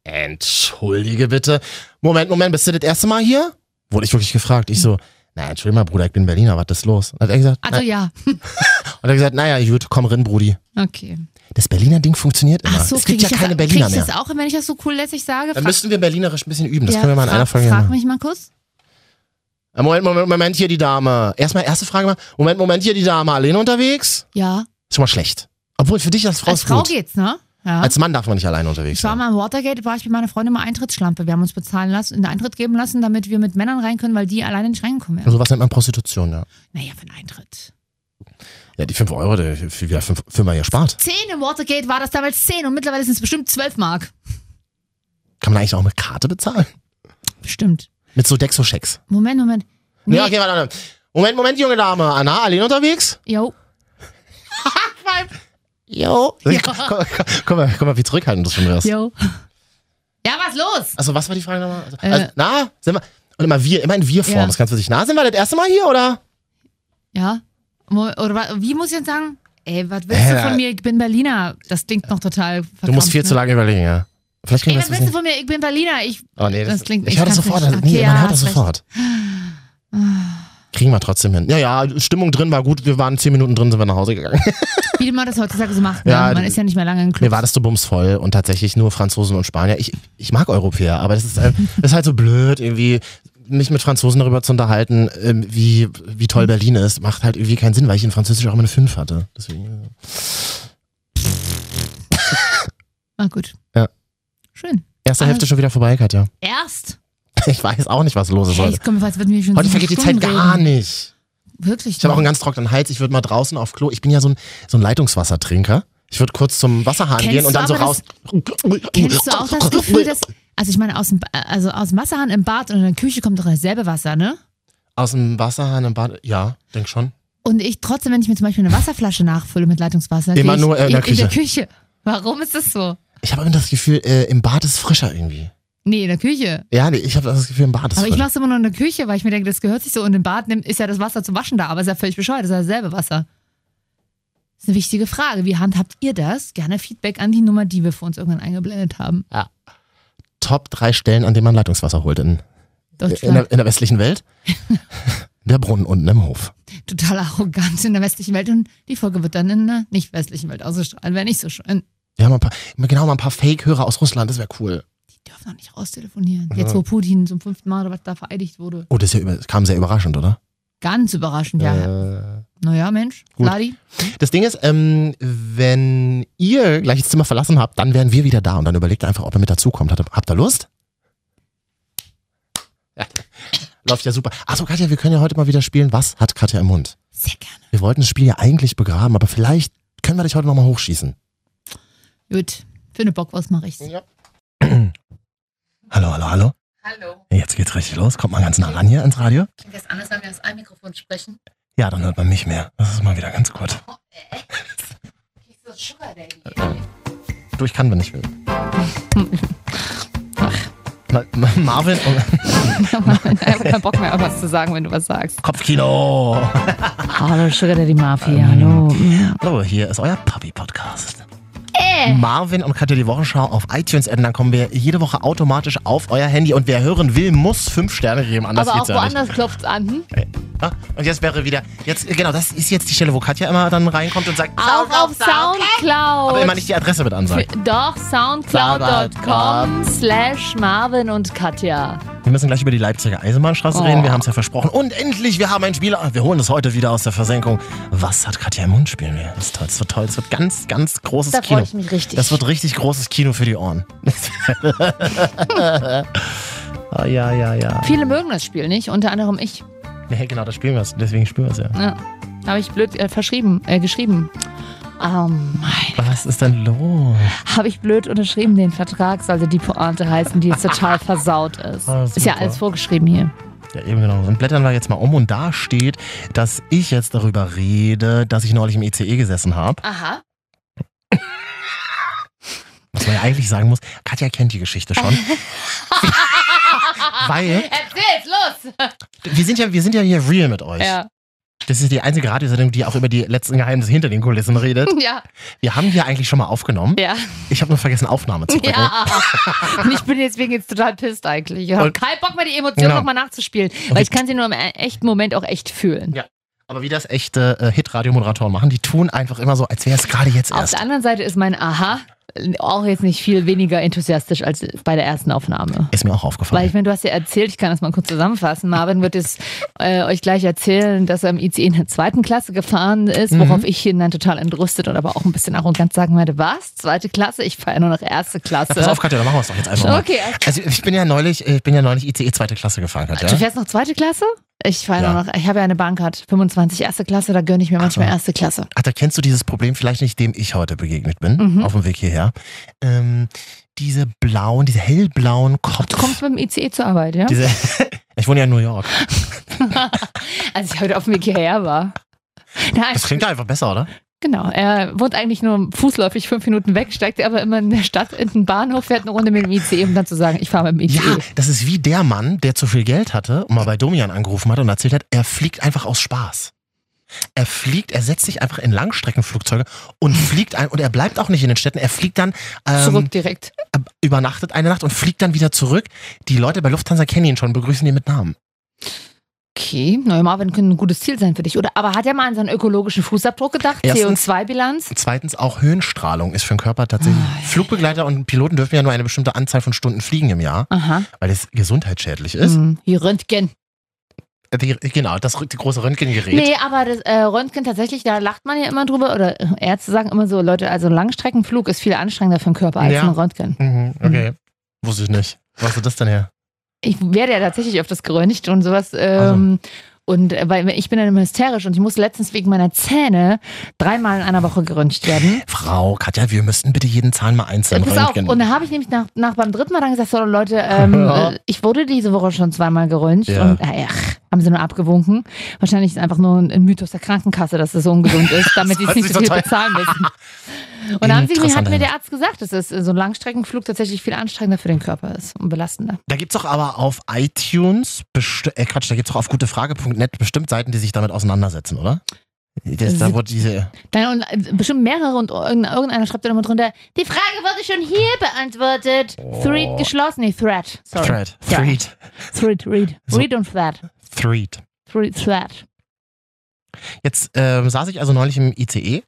Entschuldige bitte. Moment, Moment, bist du das erste Mal hier? Wurde ich wirklich gefragt. Ich so, naja, entschuldige mal, Bruder, ich bin Berliner, was ist los? Und hat er gesagt, Hm. Also na, ja, hat er gesagt naja, gut, komm rein, Brudi. okay. Das Berliner Ding funktioniert immer. Ach so, es gibt krieg ja ich keine das, krieg Berliner ich mehr. das auch, hin, wenn ich das so cool lässig sage? Dann Frag- müssen wir berlinerisch ein bisschen üben. Das ja, können wir mal in frag- einer Folge Frag machen. mich mal kurz. Äh, Moment, Moment, Moment, hier die Dame. Erstmal erste Frage mal. Moment, Moment, hier die Dame. Alleine unterwegs? Ja, Ist schon mal schlecht. Obwohl, für dich als Frau als ist Frau gut. geht's, ne? Ja. Als Mann darf man nicht alleine unterwegs ich war sein. mal im Watergate, war ich mit meiner Freundin mal Eintrittsschlampe. Wir haben uns bezahlen lassen, einen Eintritt geben lassen, damit wir mit Männern rein können, weil die alleine nicht reinkommen werden. So was nennt man Prostitution, ja. Naja, für einen Eintritt. Ja, die 5 Euro, die für wieder 5 Firma hier spart. Zehn im Watergate war das damals zehn und mittlerweile sind es bestimmt zwölf Mark. Kann man eigentlich auch mit Karte bezahlen? Bestimmt. Mit so Dexo-Schecks. Moment, Moment. Nee, Ja, okay, warte, warte. Moment, Moment, junge Dame. Anna, allein unterwegs? Jo. Jo. Komm, komm, komm, mal, komm mal, wie zurückhaltend das schon wärst. Oh, Jo. Ja, was los? Also, was war die Frage nochmal? Also, Äh. also, na, sind wir. Und immer wir, immer in Wir-Form, Ja. das ist ganz witzig. Na, sind wir das erste Mal hier, oder? Ja. Mo- Oder wa- wie muss ich jetzt sagen? Ey, was willst du Äh, von mir? Ich bin Berliner. Das klingt noch total verkrampft, Du musst viel ne? zu lange überlegen, ja. Vielleicht Ey, kriegen wir das was willst du nicht. von mir? Ich bin Berliner. Ich, Oh, nee, das klingt- ich ich höre das kann's sofort. nicht. also, nee, Okay, man ja, hört das hast recht. sofort. Kriegen wir trotzdem hin. Ja, ja, Stimmung drin war gut. Wir waren zehn Minuten drin, sind wir nach Hause gegangen. wie man das heutzutage so macht. Ja, ne? Man d- ist ja nicht mehr lange im Club. Mir war das so bumsvoll und tatsächlich nur Franzosen und Spanier. Ich, ich mag Europäer, aber das ist, äh, das ist halt so blöd, irgendwie mich mit Franzosen darüber zu unterhalten, ähm, wie, wie toll Hm. Berlin ist. Macht halt irgendwie keinen Sinn, weil ich in Französisch auch immer eine 5 hatte. Deswegen, äh, ah, gut. Ja. Schön. erste Ah. Hälfte schon wieder vorbei, Katja. Erst? Ich weiß auch nicht, was los ist Hey, heute. ich komme, falls wird mir schon Heute sieben vergeht die Stunden Zeit gar reden. nicht. Wirklich. Ich habe auch einen ne? ganz trockenen Hals. Ich würde mal draußen auf Klo. Ich bin ja so ein, so ein Leitungswassertrinker. Ich würde kurz zum Wasserhahn Kennst gehen und du dann so aber raus. Kennst du auch das Gefühl, dass. Also, ich meine, aus dem, Ba- also aus dem Wasserhahn im Bad und in der Küche kommt doch dasselbe Wasser, ne? Aus dem Wasserhahn im Bad? Ja, denk schon. Und ich trotzdem, wenn ich mir zum Beispiel eine Wasserflasche nachfülle mit Leitungswasser, Immer geh ich nur äh, in der in der Küche. Warum ist das so? Ich habe immer das Gefühl, äh, im Bad ist frischer irgendwie. Nee, in der Küche. Ja, nee, ich habe das Gefühl, im Bad ist Aber ich frischer. mach's immer nur in der Küche, weil ich mir denke, das gehört sich so. Und im Bad nimmt- ist ja das Wasser zum Waschen da, aber ist ja völlig bescheuert, ist ja dasselbe Wasser. Das ist eine wichtige Frage. Wie handhabt ihr das? Gerne Feedback an die Nummer, die wir für uns irgendwann eingeblendet haben. Top drei Stellen, an denen man Leitungswasser holt in, in, Deutschland. der, in der westlichen Welt. der Brunnen unten im Hof. Total arrogant in der westlichen Welt. Und die Folge wird dann in der nicht westlichen Welt ausgestrahlt. Wäre nicht so schön. Wir haben ein paar, genau mal ein paar Fake-Hörer aus Russland, das wäre cool. Die dürfen doch nicht raustelefonieren. Jetzt, wo Putin zum fünften Mal oder was da vereidigt wurde. Oh, das, ist ja über, das kam sehr überraschend, oder? Ganz überraschend, ja. Äh, Naja, Mensch. Gut. Vladi. Das Ding ist, ähm, wenn ihr gleich das Zimmer verlassen habt, dann wären wir wieder da und dann überlegt einfach, ob ihr mit dazukommt. Hat- Habt ihr Lust? Läuft ja super. Achso, Katja, wir können ja heute mal wieder spielen. Was hat Katja im Mund? Sehr gerne. Wir wollten das Spiel ja eigentlich begraben, aber vielleicht können wir dich heute nochmal hochschießen. Gut, für eine Bockwurst mache ich's. Hallo, hallo, hallo. Hallo. Jetzt geht's richtig los. Kommt mal ganz nah ran hier ans Radio. Klingt das anders, wenn wir aus einem Mikrofon sprechen? Ja, dann hört man mich mehr. Das ist mal wieder ganz gut. Du, ich kann, wenn ich will. Ma Ma Marvin und Ich habe keinen Bock mehr, auf was zu sagen, wenn du was sagst. Kopfkino. Hallo, Sugar Daddy Mafia, Ähm, hallo. Mhm. Hallo, hier ist euer Papi-Podcast. Äh. Marvin und Katja die Wochenschau auf iTunes adden, dann kommen wir jede Woche automatisch auf euer Handy und wer hören will, muss fünf Sterne geben, anders Aber auch geht's ja nicht. woanders klopft's an. Hm? Ah, Und jetzt wäre wieder, jetzt, genau, das ist jetzt die Stelle, wo Katja immer dann reinkommt und sagt, Auch auf aber immer Soundcloud. nicht die Adresse mit ansagt. Doch, soundcloud.com slash Marvin und Katja. Wir müssen gleich über die Leipziger Eisenbahnstraße Oh. reden, wir haben es ja versprochen. Und endlich, wir haben ein Spiel, Ah, wir holen es heute wieder aus der Versenkung. Was hat Katja im Mund spielen wir? Das ist toll, das wird toll, das wird ganz, ganz großes Da Kino. freue ich mich richtig. Das wird richtig großes Kino für die Ohren. Ah, ja, ja, ja. Viele mögen das Spiel nicht, unter anderem ich. Nee, genau, das spielen wir es. Deswegen spielen wir es ja. Ja. Habe ich blöd äh, verschrieben, äh, geschrieben. Oh mein. Was ist denn los? Habe ich blöd unterschrieben den Vertrag, sollte die Pointe heißen, die jetzt total versaut ist. Ah, ist ja super. alles vorgeschrieben hier. Ja, eben genau. Dann blättern wir jetzt mal um und da steht, dass ich jetzt darüber rede, dass ich neulich im ICE gesessen habe. Aha. Was man ja eigentlich sagen muss, Katja kennt die Geschichte schon. Weil Erzähl's, los! wir sind, ja, wir sind ja hier real mit euch. Ja, Das ist die einzige Radiosendung, die auch über die letzten Geheimnisse hinter den Kulissen redet. ja, Wir haben hier eigentlich schon mal aufgenommen. ja. Ich habe nur vergessen, Aufnahme zu drücken. Ja. Und ich bin deswegen jetzt total pisst eigentlich. Ich habe Und- keinen Bock mehr, die Emotionen Genau. nochmal nachzuspielen. Weil ich kann sie nur im e-, echten Moment auch echt fühlen. Ja. Aber wie das echte äh, Hit-Radio-Moderatoren machen, die tun einfach immer so, als wäre es gerade jetzt Auf erst. der anderen Seite ist mein Aha auch jetzt nicht viel weniger enthusiastisch als bei der ersten Aufnahme. Ist mir auch Weil aufgefallen. ich meine, du hast ja erzählt, ich kann das mal kurz zusammenfassen. Marvin wird es äh, euch gleich erzählen, dass er im ICE in der zweiten Klasse gefahren Mhm. ist, worauf ich ihn dann total entrüstet und aber auch ein bisschen arrogant sagen werde, was? Zweite Klasse? Ich fahre ja nur noch erste Klasse. Pass auf, Katja, dann machen wir es doch jetzt einfach mal. Okay, alles Also ich bin ja neulich, ich bin ja neulich ICE zweite Klasse gefahren, Katja. Du fährst noch zweite Klasse? Ich fahre Ja. nur noch, ich habe ja eine Bahncard, 25 erste Klasse, da gönne ich mir manchmal so. erste Klasse. Ach, da kennst du dieses Problem vielleicht nicht, dem ich heute begegnet bin, Mhm. auf dem Weg hierher. Ähm, diese blauen, diese hellblauen Kopf. Du kommst mit dem ICE zur Arbeit, ja? diese, ich wohne ja in New York. Als ich heute auf dem Weg hierher war. Nein, Das klingt ja einfach besser, oder? genau. Er wohnt eigentlich nur fußläufig fünf Minuten weg, steigt aber immer in der Stadt in den Bahnhof, fährt eine Runde mit dem ICE, um dann zu sagen, ich fahre mit dem ICE. Ja, das ist wie der Mann, der zu viel Geld hatte und mal bei Domian angerufen hat und erzählt hat, er fliegt einfach aus Spaß. Er fliegt, er setzt sich einfach in Langstreckenflugzeuge und fliegt ein und er bleibt auch nicht in den Städten. Er fliegt dann ähm, Zurück direkt. übernachtet eine Nacht und fliegt dann wieder zurück. Die Leute bei Lufthansa kennen ihn schon, begrüßen ihn mit Namen. Okay, neue Marvin könnte ein gutes Ziel sein für dich, oder? Aber hat er mal an seinen ökologischen Fußabdruck gedacht? Erstens- CO2-Bilanz? Zweitens auch Höhenstrahlung ist für den Körper tatsächlich. Ah, ja. Flugbegleiter und Piloten dürfen ja nur eine bestimmte Anzahl von Stunden fliegen im Jahr, Aha. weil es gesundheitsschädlich ist. Hm, Hier Röntgen. Äh, Die, genau, das die große Röntgengerät. Mhm. Nee, aber das äh, Röntgen tatsächlich, da lacht man ja immer drüber. Oder äh, Ärzte sagen immer so, Leute, also Langstreckenflug ist viel anstrengender für den Körper als Ja. ein Röntgen. Mhm, okay. Wusste ich nicht. Was ist das denn her? Ich werde ja tatsächlich öfters geröntgt und sowas. Also. Ähm, Und äh, weil ich bin dann immer hysterisch und ich musste letztens wegen meiner Zähne dreimal in einer Woche geröntgt werden. Frau Katja, wir müssten bitte jeden Zahn mal einzeln Äh, Pass auf, röntgen. und da habe ich nämlich nach, nach beim dritten Mal dann gesagt, so Leute, ähm, Ja. äh, ich wurde diese Woche schon zweimal geröntgt Ja. und äh, ach, haben sie nur abgewunken. Wahrscheinlich ist einfach nur ein, ein Mythos der Krankenkasse, dass es so ungesund ist, damit sie es Das nicht ist so viel total- bezahlen müssen. Und dann haben sie mir, hat Interessant. mir der Arzt gesagt, dass es, äh, so ein Langstreckenflug tatsächlich viel anstrengender für den Körper ist und belastender. Da gibt's doch aber auf iTunes, besti- äh, Quatsch, da gibt's doch auf gutefrage.net bestimmt Seiten, die sich damit auseinandersetzen, oder? Das, da Sie- wurde diese, Dann, und, äh, bestimmt mehrere und irgendein- irgendeiner schreibt dann immer drunter, die Frage wurde schon hier beantwortet. Thread geschlossen, nee, Thread, sorry. Oh. Thread. Ja. Thread. Thread, read. So. Read und thread. Thread. Thread, thread. Jetzt ähm, saß ich also neulich im ICE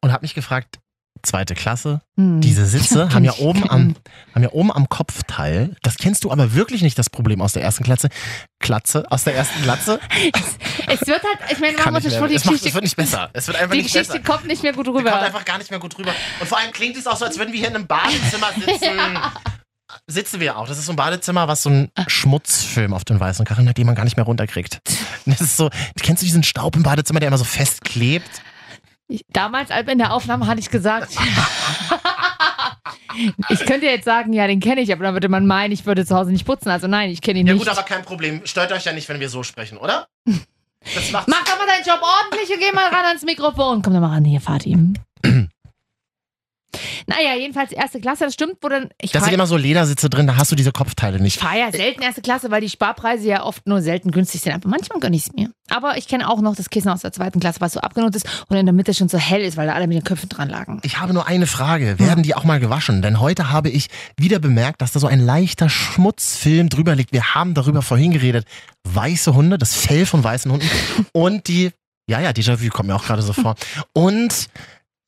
und habe mich gefragt, zweite Klasse, Hm. diese Sitze Kann haben ja, ich oben am, kennen. haben ja oben am Kopfteil, das kennst du aber wirklich nicht, das Problem aus der ersten Klasse, Klatze, aus der ersten Klasse, Es wird halt, ich meine, man kann muss nicht mehr, jetzt schon die es, macht, es Geschichte. wird nicht besser, es wird einfach Die nicht Geschichte besser. kommt nicht mehr gut Die kommt rüber. einfach gar nicht mehr gut rüber. Und vor allem klingt es auch so, als würden wir hier in einem Badezimmer sitzen. sitzen wir auch. Das ist so ein Badezimmer, was so ein Ah. Schmutzfilm auf den weißen Karren hat, den man gar nicht mehr runterkriegt. Das ist so, kennst du diesen Staub im Badezimmer, der immer so festklebt? Ich, damals, als in der Aufnahme, hatte ich gesagt. ich könnte jetzt sagen, ja, den kenne ich, aber dann würde man meinen, ich würde zu Hause nicht putzen. Also nein, ich kenne ihn Ja nicht. gut, aber kein Problem. Stört euch ja nicht, wenn wir so sprechen, oder? Das macht Mach doch mal deinen Job ordentlich und geh mal ran ans Mikrofon. Komm doch mal ran hier, Fatim. naja, jedenfalls erste Klasse, das stimmt, wo dann. Ich halt. Das genau- sind fahre immer so Ledersitze drin, da hast du diese Kopfteile nicht. fahr ja selten erste Klasse, weil die Sparpreise ja oft nur selten günstig sind. Aber manchmal gönne ich es mir. Aber ich kenne auch noch das Kissen aus der zweiten Klasse, was so abgenutzt ist und in der Mitte schon so hell ist, weil da alle mit den Köpfen dran lagen. Ich habe nur eine Hm. Frage. Werden die auch mal gewaschen? Denn heute habe ich wieder bemerkt, dass da so ein leichter Schmutzfilm drüber liegt. Wir haben darüber vorhin geredet. Weiße Hunde, das Fell von weißen Hunden und die, ja, ja, Déjà-vu kommt mir auch gerade so vor. Und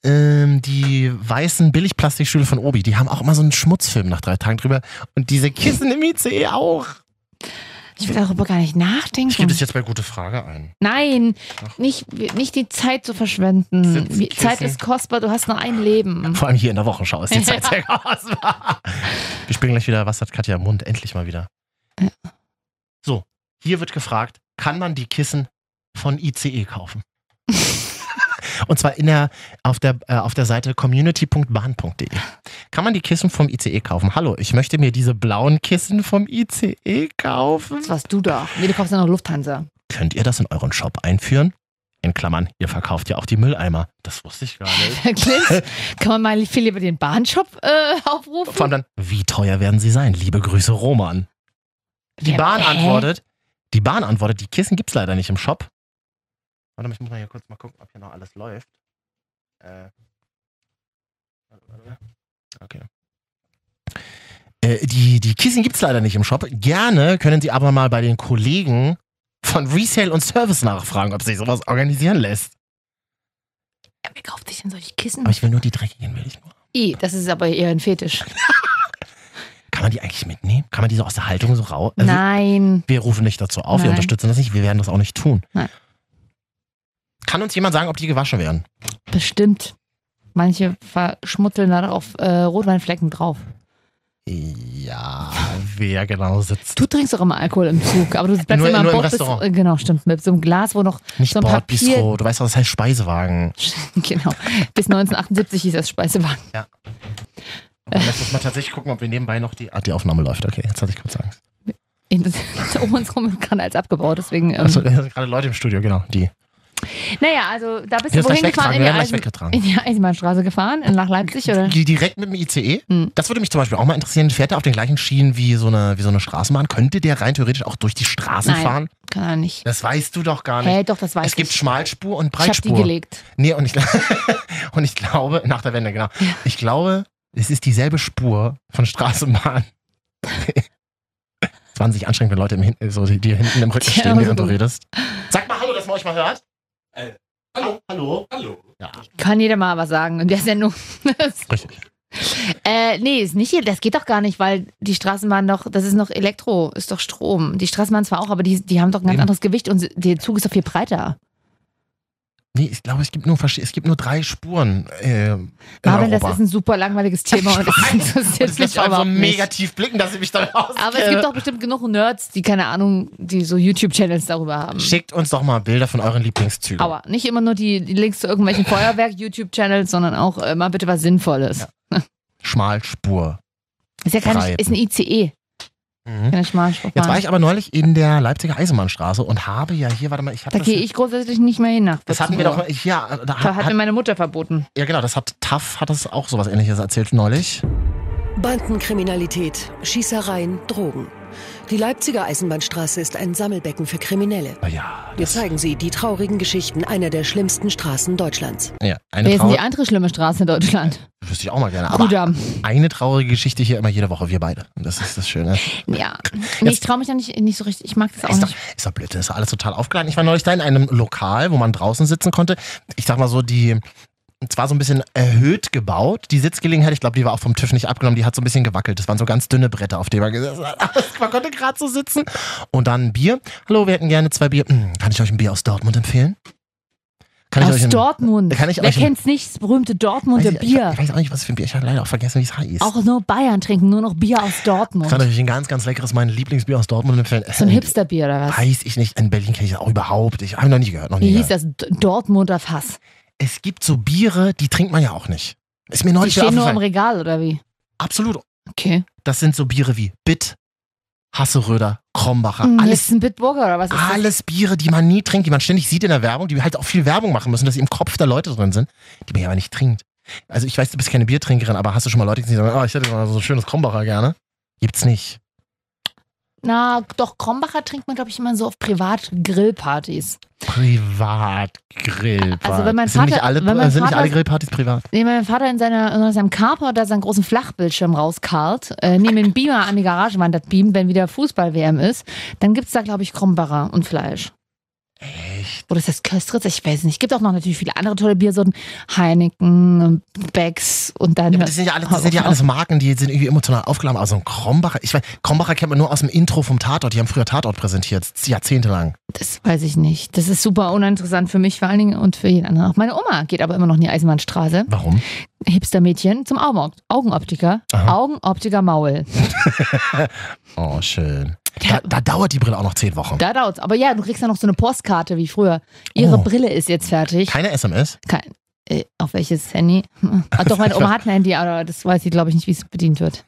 ähm, die weißen Billigplastikstühle von Obi, die haben auch immer so einen Schmutzfilm nach drei Tagen drüber. Und diese Kissen im ICE auch. Mhm. Ich will darüber gar Ich nicht gebe nachdenken. das jetzt bei gute Frage ein. Nein, nicht, nicht die Zeit zu verschwenden. Sitzen, Die Zeit Kissen. ist kostbar, du hast nur ein Leben. Vor allem hier in der Wochenschau ist die Zeit sehr groß. Wir spielen gleich wieder, was hat Katja im Mund? Endlich mal wieder. Ja. So, hier wird gefragt, kann man die Kissen von ICE kaufen? Und zwar in der, auf, der, äh, auf der Seite community.bahn.de. Kann man die Kissen vom ICE kaufen? Hallo, ich möchte mir diese blauen Kissen vom ICE kaufen. Was warst du da? Nee, du kaufst ja noch Lufthansa. Könnt ihr das in euren Shop einführen? In Klammern, ihr verkauft ja auch die Mülleimer. Das wusste ich gar nicht. Kliss, kann man mal viel lieber den Bahnshop äh, aufrufen? Vor allem dann, wie teuer werden sie sein? Liebe Grüße, Roman. Die Ja, Bahn hä? antwortet, die Bahn antwortet, die Kissen gibt's leider nicht im Shop. Warte mal, ich muss mal hier kurz mal gucken, ob hier noch alles läuft. Äh, warte, warte. Okay. Äh, die, die Kissen gibt's leider nicht im Shop. Gerne können Sie aber mal bei den Kollegen von Resale und Service nachfragen, ob sich sowas organisieren lässt. Ja, Wer kauft sich denn solche Kissen? Aber ich will nur die dreckigen, will ich nur. I, das ist aber eher ein Fetisch. Kann man die eigentlich mitnehmen? Kann man die so aus der Haltung so raus? Also, Nein. Wir rufen nicht dazu auf, wir Nein. unterstützen das nicht, wir werden das auch nicht tun. Nein. Kann uns jemand sagen, ob die gewaschen werden? Bestimmt. Manche verschmutzeln da auf äh, Rotweinflecken drauf. Ja, wer genau sitzt. Du trinkst doch immer Alkohol im Zug, aber du bleibst Nur- immer nur im Bord bis- Restaurant. äh, genau, stimmt. Mit so einem Glas, wo noch Nicht so ein Bord, Papier- Bistro, du weißt doch, das heißt Speisewagen. genau. Bis 1978 hieß das Speisewagen. Lass uns mal tatsächlich gucken, ob wir nebenbei noch die. Ah, die Aufnahme läuft, okay. Jetzt hatte ich kurz Angst. In- das- Um uns rum ist gerade alles abgebaut, deswegen. Ähm, Achso, da sind gerade Leute im Studio, genau. Die. Naja, also da bist Wir du sind gleich weggetragen, wir wohin gefahren? In werden die, gleich Eisen, weggetragen. in die Eisenbahnstraße gefahren, nach Leipzig oder? Die direkt mit dem ICE? Hm. Das würde mich zum Beispiel auch mal interessieren. Fährt er auf den gleichen Schienen wie so, eine, wie so eine Straßenbahn? Könnte der rein theoretisch auch durch die Straßen Nein. fahren? Kann er nicht. Das weißt du doch gar Hä, nicht. doch, das weiß es gibt ich. Schmalspur und Ich hab Breitspur. die gelegt. Nee, und ich, gl- und ich glaube, nach der Wende, genau. Ich glaube, es ist dieselbe Spur von Straßenbahn. Es waren sich anstrengend, wenn Leute im Hin so, die, die hinten im Rücken Tja, also stehen, während du so. redest. Sag mal Hallo, dass man euch mal hört. Äh, hallo. Hallo. Hallo. Ja, Kann jeder mal was sagen in der Sendung. richtig. äh, nee, ist nicht, das geht doch gar nicht, weil die Straßenbahn doch, das ist noch Elektro, ist doch Strom. Die Straßenbahn zwar auch, aber die, die haben doch ein ganz Eben. anderes Gewicht und der Zug ist doch viel breiter. Nee, ich glaube, es gibt nur, verschi- es gibt nur drei Spuren äh, in Marvin, das Europa. also ist ein super langweiliges Thema und das und interessiert es mich lässt einfach aber so auch nicht. mega tief blicken, dass ich mich damit auskenne. Aber es gibt doch bestimmt genug Nerds, die keine Ahnung, die so YouTube-Channels darüber haben. Schickt uns doch mal Bilder von euren Lieblingszügen. Aber nicht immer nur die, die Links zu irgendwelchen Feuerwerk-YouTube-Channels, sondern auch äh, mal bitte was Sinnvolles. Schmalspur. Ist ja kein, Breiten. ist ein E, ICE, Mhm. keine Schmalspurbahn. Jetzt war ich aber neulich in der Leipziger Eisenbahnstraße und habe ja hier, warte mal, ich habe Da das. gehe ich grundsätzlich nicht mehr hin nach. Das hatten wir 14 Uhr. doch hier. Da Da hat, hat mir hat, meine Mutter verboten. ja, genau, das hat TAF hat das auch sowas ähnliches erzählt neulich. Bandenkriminalität, Schießereien, Drogen. Die Leipziger Eisenbahnstraße ist ein Sammelbecken für Kriminelle. Ja, Wir zeigen Sie die traurigen Geschichten einer der schlimmsten Straßen Deutschlands. ja eine Wer ist denn die traurige. andere schlimme Straße in Deutschland? Wüsste ich auch mal gerne. Aber Kudamm. eine traurige Geschichte hier immer jede Woche, wir beide. Und das ist das Schöne. Ja. Nee, ich traue mich da nicht, nicht so richtig. Ich mag das auch Ist doch, nicht. ist doch blöd, das ist alles total aufgeladen. Ich war neulich da in einem Lokal, wo man draußen sitzen konnte. Ich sag mal so, die. Es war so ein bisschen erhöht gebaut, die Sitzgelegenheit. Ich glaube, die war auch vom TÜV nicht abgenommen. Die hat so ein bisschen gewackelt. Das waren so ganz dünne Bretter, auf denen man gesessen hat. Aber Man konnte gerade so sitzen. Und dann ein Bier. Hallo, wir hätten gerne zwei Bier. Hm, kann ich euch ein Bier aus Dortmund empfehlen? Kann ich Aus euch ein- Dortmund. Kann ich Wer euch ein- kennt's nicht? Das berühmte Dortmunder weiß ich, Bier. Ich weiß auch nicht, was für ein Bier. Ich habe leider auch vergessen, wie es heißt. Auch nur Bayern trinken nur noch Bier aus Dortmund. ich kann euch ein ganz, ganz leckeres, mein Lieblingsbier aus Dortmund empfehlen. Äh, So ein Hipsterbier oder was? Weiß ich nicht. In Berlin kenne ich das auch überhaupt. Ich habe noch nie gehört. Noch nie Wie hieß gehört. das? D- Dortmunder Fass. Es gibt so Biere, die trinkt man ja auch nicht. Ist mir Die neulich wieder stehen nur im aufgefallen. Regal oder wie? Absolut. Okay. Das sind so Biere wie Bitt, Hasseröder, Krombacher. Hm, Ah, Alles Jetzt ein Bitburger oder was ist das? alles Biere, die man nie trinkt, die man ständig sieht in der Werbung, die halt auch viel Werbung machen müssen, dass sie im Kopf der Leute drin sind, die man ja aber nicht trinkt. Also ich weiß, du bist keine Biertrinkerin, aber hast du schon mal Leute gesehen, die sagen, oh, ich hätte mal so ein schönes Krombacher gerne? Gibt's nicht. Na, doch, Krombacher trinkt man, glaube ich, immer so auf Privat-Grillpartys. Privatgrillpartys. Also wenn mein sind nicht Vater- alle, wenn mein sind nicht Vater- alle Grillpartys privat? Nee, mein Vater in, seiner, in seinem Carport da seinen großen Flachbildschirm rauskarlt, äh, neben dem Beamer an die Garagenwand das beamt, wenn wieder Fußball-WM ist, dann gibt's da, glaube ich, Krombacher und Fleisch. Echt? Oder ist das Köstritz? Ich weiß nicht. Gibt auch noch natürlich viele andere tolle Biersorten. Heineken, Becks und dann... Ja, aber das sind ja, alle, das sind ja alles Marken, die sind irgendwie emotional aufgeladen. Also ein Krombacher, ich weiß, Krombacher kennt man nur aus dem Intro vom Tatort. Die haben früher Tatort präsentiert, jahrzehntelang. Das weiß ich nicht. Das ist super uninteressant für mich vor allen Dingen und für jeden anderen. Auch meine Oma geht aber immer noch in die Eisenbahnstraße. Warum? Hipster-Mädchen zum Augen Augenoptiker. Aha. Augenoptiker Maul. Oh, schön. Da, da dauert die Brille auch noch zehn Wochen. Da dauert's. Aber ja, du kriegst ja noch so eine Postkarte wie früher. Ihre Oh. Brille ist jetzt fertig. Keine SMS? Kein, äh, auf welches Handy? Hm. Ah, doch, meine Oma hat ein Handy, aber das weiß sie, glaube ich, nicht, wie es bedient wird.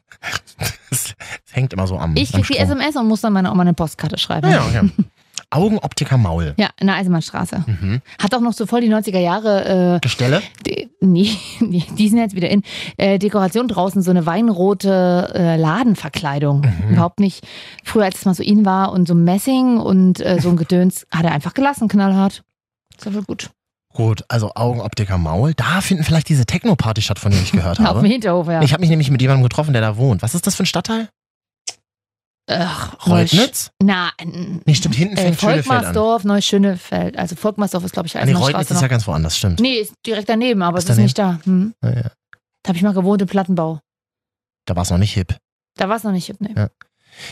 Das hängt immer so am. Ich am krieg die Hm, Strom. SMS und muss dann meiner Oma eine Postkarte schreiben. Ja, ja, okay. Augenoptiker Maul. Ja, in der Eisenbahnstraße. Mhm. Hat auch noch so voll die 90er Jahre, äh, Gestelle? die, nee, die, die sind jetzt wieder in, äh, Dekoration draußen, so eine weinrote äh, Ladenverkleidung. Mhm. Überhaupt nicht. Früher, als es mal so ihn war und so Messing und äh, so ein Gedöns, hat er einfach gelassen, knallhart. Ist ja wohl gut. Gut, also Augenoptiker Maul. Da finden vielleicht diese Techno-Party statt, von der ich gehört Auf dem habe. Hinterhof, ja. Ich habe mich nämlich mit jemandem getroffen, der da wohnt. Was ist das für ein Stadtteil? Ach, Reusch. Reutnitz? Na, n- Nee, stimmt, hinten äh, fängt Schönefeld an. Volkmarsdorf, Neuschönefeld. Also Volkmarsdorf ist, glaube ich, Ah, Nee, Reutnitz Eisenbahnstraße. ist ja noch. ganz woanders, stimmt. Nee, ist direkt daneben, aber es Ist ist nicht da. Hm. Ja, ja. Da habe ich mal gewohnt im Plattenbau. Da war es noch nicht hip. Da war es noch nicht. Nee.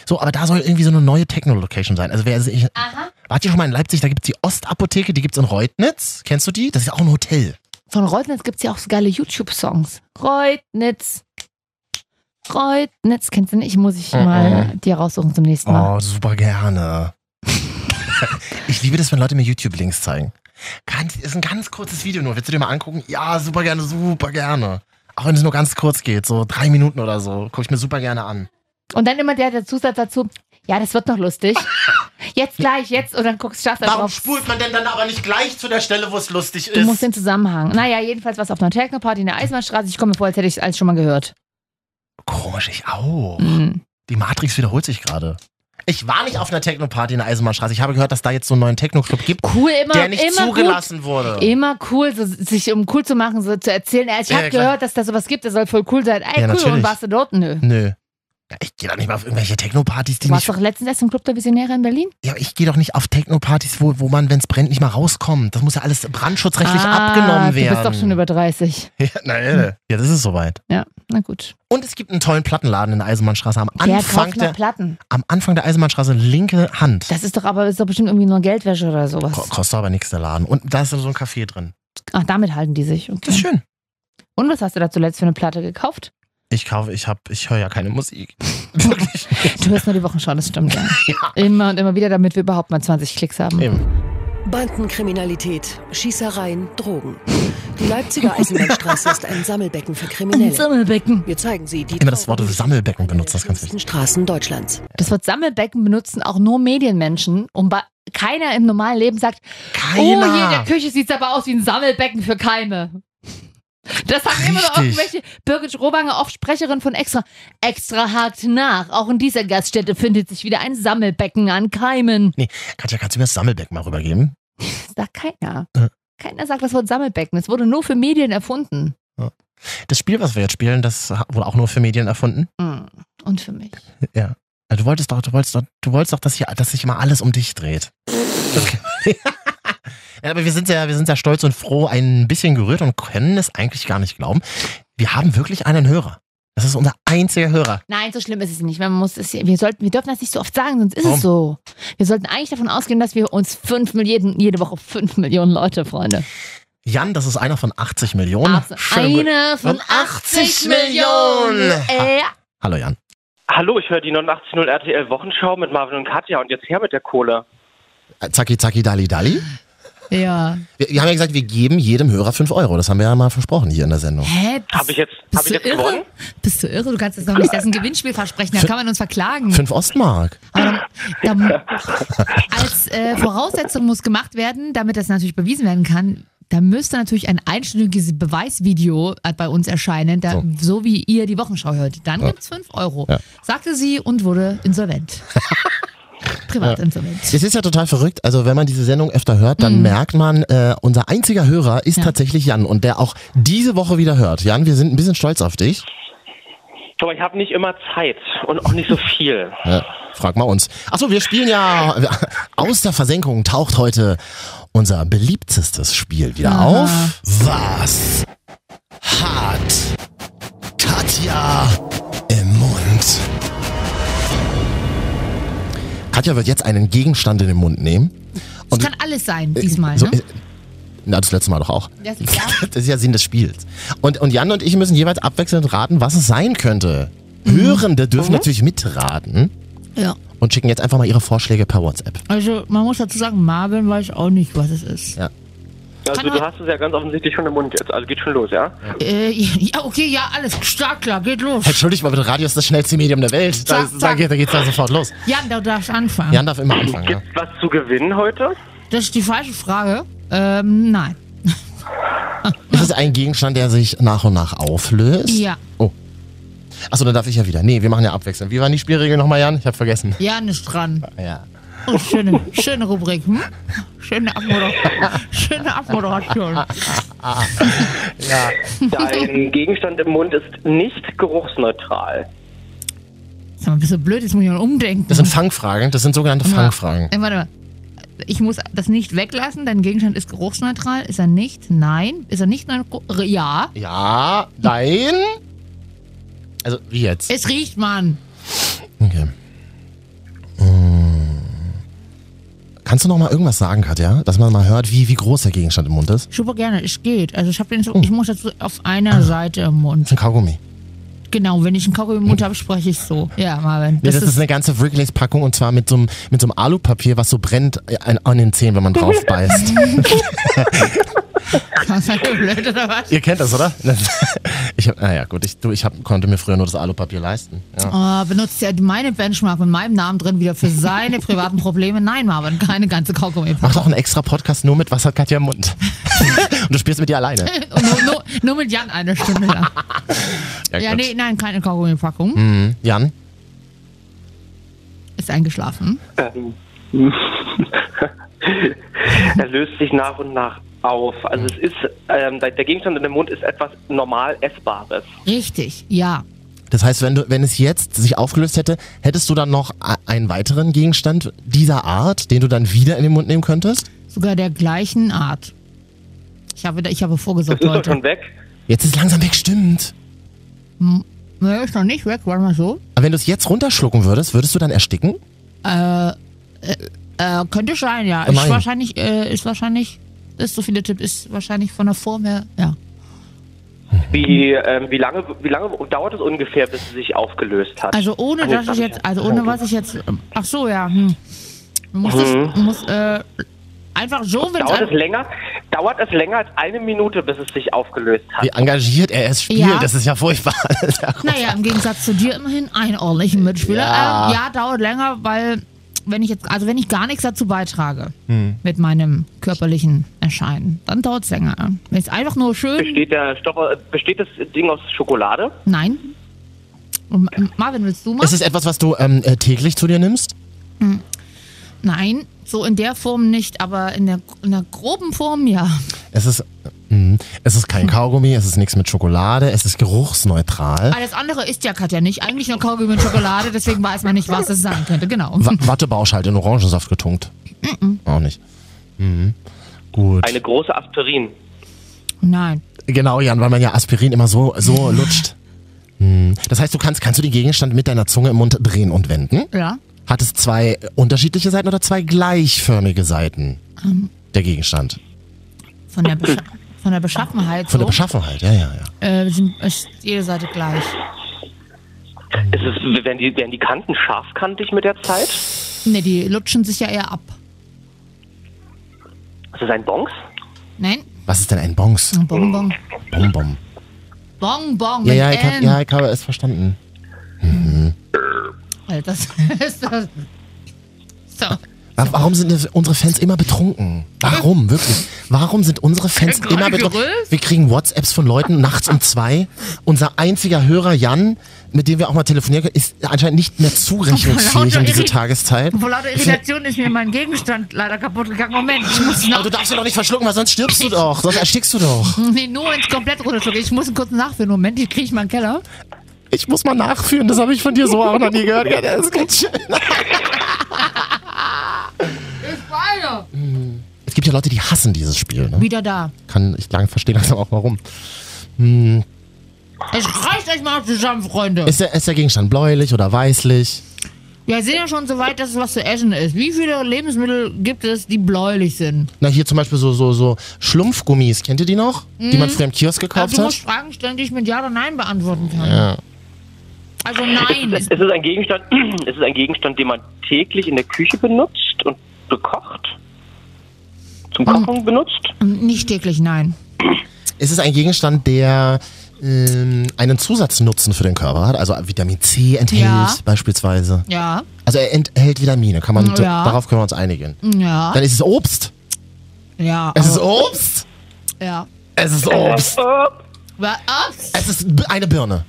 So, aber da soll irgendwie so eine neue Techno-Location sein. Also wer sich. Aha. Wart ihr schon mal in Leipzig? Da gibt es die Ostapotheke, die gibt es in Reutnitz. Kennst du die? Das ist auch ein Hotel. Von Reutnitz gibt es ja auch so geile YouTube-Songs. Reutnitz. Reutnitz, kennst du nicht? Muss ich Mhm. mal dir raussuchen zum nächsten Mal. Oh, super gerne. ich liebe das, wenn Leute mir YouTube-Links zeigen. Ganz, ist ein ganz kurzes Video nur. Willst du dir mal angucken? Ja, super gerne, super gerne. Auch wenn es nur ganz kurz geht, so drei Minuten oder so, gucke ich mir super gerne an. Und dann immer der, der Zusatz dazu, ja, das wird noch lustig. jetzt gleich, jetzt. Und dann guckst du das Warum drauf. spult man denn dann aber nicht gleich zu der Stelle, wo es lustig Du ist? musst den Zusammenhang. Naja, jedenfalls was auf einer Techno-Party in der Eisenbahnstraße. Ich komme mir vor, als hätte ich alles schon mal gehört. Komisch, ich auch. Mhm. Die Matrix wiederholt sich gerade. Ich war nicht auf einer Techno-Party in der Eisenbahnstraße. Ich habe gehört, dass da jetzt so einen neuen Techno-Club gibt, Cool, immer, der nicht immer gut. zugelassen wurde. Immer cool, so, sich um cool zu machen, so zu erzählen. ey, Ich Ja, habe ja, klar. gehört, dass da sowas gibt, das soll voll cool sein. Ey, Ja, cool, natürlich. und warst du dort? Nö. Nö. Ja, ich gehe doch nicht mal auf irgendwelche Techno-Partys, die Du warst nicht. doch letztens erst im Club der Visionäre in Berlin? Ja, ich gehe doch nicht auf Techno-Partys, wo, wo man, wenn es brennt, nicht mal rauskommt. Das muss ja alles brandschutzrechtlich Ah, abgenommen werden. Du bist doch schon über 30. Ja, na, ja, ja, das ist soweit. Ja, na gut. Und es gibt einen tollen Plattenladen in der Eisenbahnstraße am Wer Anfang, kauft noch der, Platten? am Anfang der Eisenbahnstraße, linke Hand. Das ist doch aber ist doch bestimmt irgendwie nur Geldwäsche oder sowas. Ko- Kostet aber nichts, der Laden. Und da ist so ein Café drin. Ach, damit halten die sich. Das ist Okay. schön. Und was hast du da zuletzt für eine Platte gekauft? Ich kaufe, ich hab, ich höre ja keine Musik. Wirklich. Du hörst nur die Wochenschau, das stimmt. Ja. Ja. Immer und immer wieder, damit wir überhaupt mal 20 Klicks haben. Eben. Bandenkriminalität, Schießereien, Drogen. Die Leipziger Eisenbahnstraße ist ein Sammelbecken für Kriminelle. Sammelbecken. Wir zeigen Sie die Immer das Wort traurigen Sammelbecken benutzt, das ist ganz wichtig. schlimmsten Straßen Deutschlands. Das Wort Sammelbecken benutzen auch nur Medienmenschen. Und bei, keiner im normalen Leben sagt, Keiner. oh, hier in der Küche sieht es aber aus wie ein Sammelbecken für Keime. Das sagen immer noch Richtig. irgendwelche Birgit Robanger, oft Sprecherin von Extra. Extra hakt nach. Auch in dieser Gaststätte findet sich wieder ein Sammelbecken an Keimen. Nee, Katja, kannst du mir das Sammelbecken mal rübergeben? Das sagt keiner. Ja. Keiner sagt das Wort Sammelbecken. Es wurde nur für Medien erfunden. Das Spiel, was wir jetzt spielen, das ha- wurde auch nur für Medien erfunden. Mm. Und für mich. Ja, Du wolltest doch, du wolltest doch, du wolltest doch, dass, hier, dass sich immer alles um dich dreht. Okay. ja, aber wir sind ja, wir sind ja stolz und froh, ein bisschen gerührt und können es eigentlich gar nicht glauben. Wir haben wirklich einen Hörer. Das ist unser einziger Hörer. Nein, so schlimm ist es nicht. Man muss es, wir, sollten, wir dürfen das nicht so oft sagen, sonst ist Warum? es so. Wir sollten eigentlich davon ausgehen, dass wir uns fünf Millionen, jede Woche fünf Millionen Leute, Freunde. Jan, das ist einer von 80 Millionen. Also Schönen guten- einer von 80 Millionen. Äh, Hallo Jan. Hallo, ich höre die 89.0 RTL Wochenschau mit Marvin und Katja und jetzt her mit der Kohle. Äh, Zacki, zacki, dali, dali. Ja. Wir, wir haben ja gesagt, wir geben jedem Hörer 5 Euro. Das haben wir ja mal versprochen hier in der Sendung. Hä? Bist, Habe ich jetzt, hab bist ich du jetzt irre? gewonnen? Bist du irre? Du kannst das doch nicht. Das ist ein Gewinnspiel versprechen. Da kann man uns verklagen. 5 Ostmark. Aber dann, dann, als äh, Voraussetzung muss gemacht werden, damit das natürlich bewiesen werden kann. Da müsste natürlich ein einstündiges Beweisvideo äh, bei uns erscheinen, da, so. wie ihr die Wochenschau hört. Dann gibt's fünf Euro. Ja. Sagte sie und wurde insolvent. Privatinsolvent. Es ist ja total verrückt. Also wenn man diese Sendung öfter hört, dann merkt man, äh, unser einziger Hörer ist Mhm. Ja. tatsächlich Jan und der auch diese Woche wieder hört. Jan, wir sind ein bisschen stolz auf dich. Aber ich habe nicht immer Zeit und auch nicht so viel. Äh, frag mal uns. Achso, wir spielen ja aus der Versenkung taucht heute unser beliebtestes Spiel wieder Ah. auf. Was hat Katja im Mund? Katja wird jetzt einen Gegenstand in den Mund nehmen. Das kann alles sein diesmal. So, ne? äh, na, das letzte Mal doch auch. Das- ja. Das ist ja Sinn des Spiels. Und, und Jan und ich müssen jeweils abwechselnd raten, was es sein könnte. Hörende dürfen natürlich mitraten Mhm. Oh. Ja. und schicken jetzt einfach mal ihre Vorschläge per WhatsApp. Also man muss dazu sagen, Marvin weiß auch nicht, was es ist. Also du hast es ja ganz offensichtlich schon im Mund jetzt, also geht schon los, ja? Äh, ja, okay, ja, alles stark, klar, geht los. Entschuldigt mal bitte, Radio ist das schnellste Medium der Welt. Da, Zack, ist, da, zack. geht, da geht's dann sofort los. Jan, du darfst anfangen. Jan darf immer anfangen. Ja. Gibt's was zu gewinnen heute? Das ist die falsche Frage. Ähm, nein. Ist es ein Gegenstand, der sich nach und nach auflöst? Ja. Oh. Achso, dann darf ich ja wieder. Nee, wir machen ja abwechselnd. Wie waren die Spielregeln nochmal, Jan? Ich hab vergessen. Jan ist dran. Ja. Oh, schöne, schöne Rubrik. Hm? Schöne, Abmoder schöne Abmoderation. Ja. Dein Gegenstand im Mund ist nicht geruchsneutral. Sag mal, bist du blöd? Jetzt muss ich mal umdenken. Das sind Fangfragen. Das sind sogenannte Fangfragen. Äh, warte mal. Ich muss das nicht weglassen. Dein Gegenstand ist geruchsneutral. Ist er nicht? Nein. Ist er nicht? Nein. Ja. Ja, nein. Also, wie jetzt? Es riecht, Mann. Okay. Mm. Kannst du noch mal irgendwas sagen, Katja? Dass man mal hört, wie, wie groß der Gegenstand im Mund ist? Super gerne. Es geht. Also ich habe den Oh. so, ich muss dazu auf Ah. einer Seite im Das Mund. ist ein Kaugummi. Genau, wenn ich einen Kaugummi im Mund habe, spreche ich so. Ja, Marvin. Das, das ist, eine ganze Wrigley's-Packung und zwar mit so einem, mit so einem Alupapier, was so brennt äh, an, an den Zähnen, wenn man drauf beißt. ist blöd, oder was? Ihr kennt das, oder? Ich hab, naja, gut, ich, du, ich hab, konnte mir früher nur das Alupapier leisten. Ja. Oh, benutzt er meine Benchmark mit meinem Namen drin wieder für seine privaten Probleme? Nein, Marvin, keine ganze Kaugummi. Mach doch einen extra Podcast nur mit Was hat Katja im Mund? und du spielst mit dir alleine. nur, nur, nur mit Jan eine Stunde lang. Ja, gut. nee, nein, keine Kaugummipackung. Mhm. Jan? Ist eingeschlafen. er löst sich nach und nach auf. Also es ist, ähm, der der Gegenstand in dem Mund ist etwas normal Essbares. Richtig, ja. Das heißt, wenn, du, wenn es jetzt sich aufgelöst hätte, hättest du dann noch a- einen weiteren Gegenstand dieser Art, den du dann wieder in den Mund nehmen könntest? Sogar der gleichen Art. Ich habe, ich habe Das vorgesorgt ist doch heute. schon weg. Jetzt ist langsam weg, stimmt. Nee, ist noch nicht weg, warte mal so. Aber wenn du es jetzt runterschlucken würdest, würdest du dann ersticken? Äh, könnte sein, ja. Oh Ist nein. wahrscheinlich, äh, ist wahrscheinlich, ist so viele Tipps, ist wahrscheinlich von der Form her, ja. Wie, ähm, wie, lange, wie lange dauert es ungefähr, bis es sich aufgelöst hat? Also ohne, Ach, jetzt dass ich hab jetzt, also ohne was ich jetzt, ach so, ja. Hm. Muss das, muss, äh, einfach so, wenn Dauert es, es, länger, dauert es länger als eine Minute, bis es sich aufgelöst hat? Wie engagiert er es spielt, Ja. das ist ja furchtbar. naja, im Gegensatz zu dir immerhin einen ordentlichen Mitspieler. Ja. Äh, Ja, ähm, ja dauert länger, weil, wenn ich jetzt, also wenn ich gar nichts dazu beitrage, Hm. mit meinem körperlichen Erscheinen, dann dauert es länger. Wenn es einfach nur schön, Besteht, der Stoff, äh, besteht das Ding aus Schokolade? nein. Und Ma- Marvin, willst du mal? Ist es etwas, was du ähm, äh, täglich zu dir nimmst? Nein, so in der Form nicht, aber in der, in der groben Form ja. Es ist, mh, es ist kein Kaugummi, es ist nichts mit Schokolade, es ist geruchsneutral. Alles andere ist ja Katja nicht. Eigentlich nur Kaugummi und Schokolade, deswegen weiß man nicht, was es sein könnte. Genau. Wa Wattebausch halt in Orangensaft getunkt. Auch nicht. Mhm. Gut. Eine große Aspirin. Nein. Genau, Jan, weil man ja Aspirin immer so, so lutscht. Hm. Das heißt, du kannst, kannst du den Gegenstand mit deiner Zunge im Mund drehen und wenden? Ja. Hat es zwei unterschiedliche Seiten oder zwei gleichförmige Seiten? Der Gegenstand. Von der, Bescha- Von der Beschaffenheit. Von der so. Beschaffenheit, ja, ja, ja. Äh, sind, ist jede Seite gleich. Es ist, werden, die, werden die Kanten scharfkantig mit der Zeit? Ne, die lutschen sich ja eher ab. Das ist ein Bonks? Nein? Was ist denn ein Bongs? Bonbon. Bonbon. Bonbon. Ja, mit ja, ich hab, N. ja, ich habe es verstanden. Mhm. Alter, Das ist das. So. Wa- Warum sind das- unsere Fans immer betrunken? Warum, wirklich? Warum sind unsere Fans Kein immer betrunken? Gerüst? Wir kriegen WhatsApps von Leuten nachts um zwei. Unser einziger Hörer Jan, mit dem wir auch mal telefonieren können, ist anscheinend nicht mehr Vor zurechnungsfähig lauter um diese Irri- Tageszeit. Vor lauter Irritation ist mir mein Gegenstand leider kaputt gegangen. Moment, ich muss Aber noch. du darfst ja doch nicht verschlucken, weil sonst stirbst du doch. Sonst erstickst du doch. Nee, nur ins komplett runterschlucken. Ich muss einen kurzen nachfüllen. Moment, ich kriege mal einen Keller. Ich muss mal nachführen, das habe ich von dir so auch noch nie gehört. Ja, das ist ganz schön. Ist beide. Es gibt ja Leute, die hassen dieses Spiel. Ne? Wieder da. Kann ich lang verstehen, langsam auch warum. Hm. Es reißt euch mal zusammen, Freunde. Ist, der, ist der Gegenstand bläulich oder weißlich? Wir sind ja schon so weit, dass es was zu essen ist. Wie viele Lebensmittel gibt es, die bläulich sind? Also Na, hier zum Beispiel so, so, so Schlumpfgummis. Kennt ihr die noch? Die Mhm. man früher im Kiosk gekauft Also, du musst hat? Fragen stellen, die ich mit Ja oder Nein beantworten kann. Ja. Also nein. Es ist ein Gegenstand, es ist ein Gegenstand, den man täglich in der Küche benutzt und bekocht. Zum Kochen benutzt. Nicht täglich, nein. Es ist ein Gegenstand, der ähm, einen Zusatznutzen für den Körper hat. Also Vitamin C enthält Ja. beispielsweise. Ja, Also er enthält Vitamine. Kann man, Ja. Mm, Darauf können wir uns einigen. ja, Oh. Dann ist es Obst. ja. Es ist aber- Obst. Ja. Es ist äh, Obst. Wa- Ups. Es ist b- eine Birne.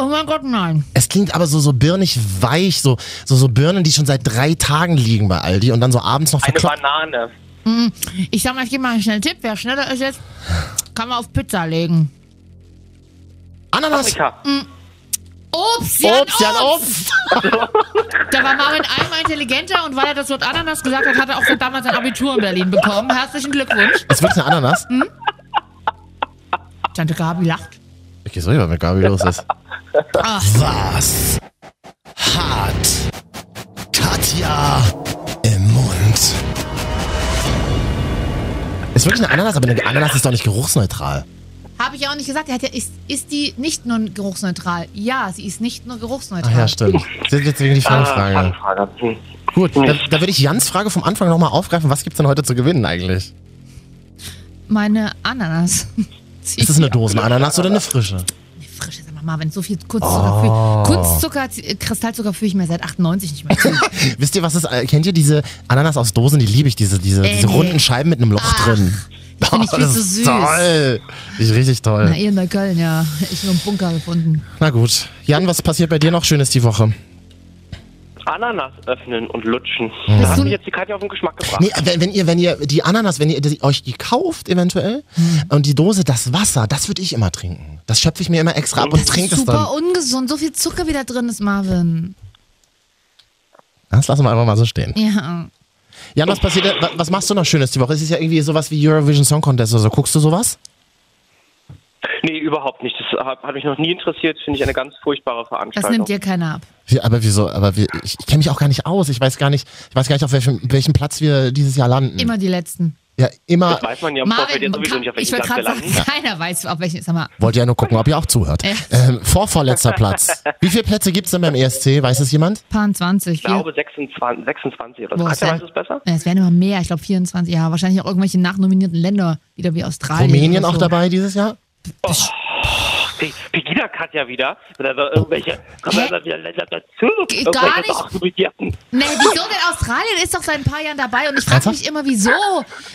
Oh mein Gott, nein. Es klingt aber so, so birnig weich, so, so, so Birnen, die schon seit drei Tagen liegen bei Aldi und dann so abends noch Eine verkloppt. Banane. Hm, Ich sag mal, ich gebe mal einen schnellen Tipp. Wer schneller ist jetzt, kann man auf Pizza legen. Ananas. Paprika. Obst, ja, Obst, ja, ein Obst. Da war Marvin einmal intelligenter und weil er das Wort Ananas gesagt hat, hat er auch so damals sein Abitur in Berlin bekommen. Herzlichen Glückwunsch. Es wird eine Ananas. Tante Gabi lacht. Okay, sorry, was mit Gabi los ist. Was hat Katja im Mund? Ist wirklich eine Ananas, aber eine Ananas ist doch nicht geruchsneutral. Habe ich ja auch nicht gesagt. Er hat ja, ist, ist die nicht nur geruchsneutral? Ja, sie ist nicht nur Ach geruchsneutral. ja, stimmt. Ah, Das ist jetzt wegen die Fangfrage. Anfrage. Hm. Gut, da, da würde ich Jans Frage vom Anfang nochmal aufgreifen. Was gibt's denn heute zu gewinnen eigentlich? Meine Ananas. Ist das eine Dosenananas oder eine frische? Nee, Frisch ist einfach mal, wenn so viel Kunstzucker, Oh. für, Kunstzucker äh, Kristallzucker führe ich mir seit 98 nicht mehr zu. Wisst ihr, was ist? äh, Kennt ihr diese Ananas aus Dosen? Die liebe ich, diese, diese, Äh, diese nee. runden Scheiben mit einem Loch Ach, drin. die find ich viel das zu ist süß. Toll. Die ist richtig toll. Na, ihr in Neukölln, ja. Ich nur einen Bunker gefunden. Na gut. Jan, was passiert bei dir noch Schönes die Woche? Ananas öffnen und lutschen. Da hat mich jetzt die Katja auf den Geschmack gebracht. Nee, wenn, wenn ihr, wenn ihr die Ananas, wenn ihr die, euch die kauft eventuell und die Dose, das Wasser, das würde ich immer trinken. Das schöpfe ich mir immer extra ab und trinke es Super dann. ungesund, so viel Zucker wieder drin ist, Marvin. Das lassen wir einfach mal so stehen. Ja. Jan, was passiert, denn- wa- was machst du noch Schönes die Woche? Es ist ja irgendwie sowas wie Eurovision Song Contest oder so. Guckst du sowas? Nee, überhaupt nicht. Das hat, hat mich noch nie interessiert. Finde ich eine ganz furchtbare Das Veranstaltung. nimmt dir keiner ab. Wie, aber wieso, aber wie, ich, ich kenne mich auch gar nicht aus. Ich weiß gar nicht, ich weiß gar nicht, auf welchem, welchem Platz wir dieses Jahr landen. Immer die Letzten. Ja, immer. das weiß man ja im Vorfeld Marvin, jetzt sowieso nicht, auf ich welchen wollte Platz wir gerade landen. sagen, keiner weiß, auf welchen. Sag mal, Wollt ihr ja nur gucken, ob ihr auch zuhört. Ja. Ähm, vorvorletzter Platz. Wie viele Plätze gibt's denn beim ESC? Weiß es jemand? paar und 20. Ich glaube 26, 26 oder so. Wo ist Katja, er? weißt du es besser? Ja, Es werden immer mehr, ich glaube 24, ja. Wahrscheinlich auch irgendwelche nachnominierten Länder, wieder wie Australien. Rumänien oder auch so. dabei dieses Jahr? Die Pegida Katja wieder. Oder so irgendwelche. Kommen Hä? da wieder Länder dazu? Geht gar Irgendwelche nicht. nachnominierten. Nee, wieso denn? Australien ist doch seit ein paar Jahren dabei und ich frage mich immer, wieso?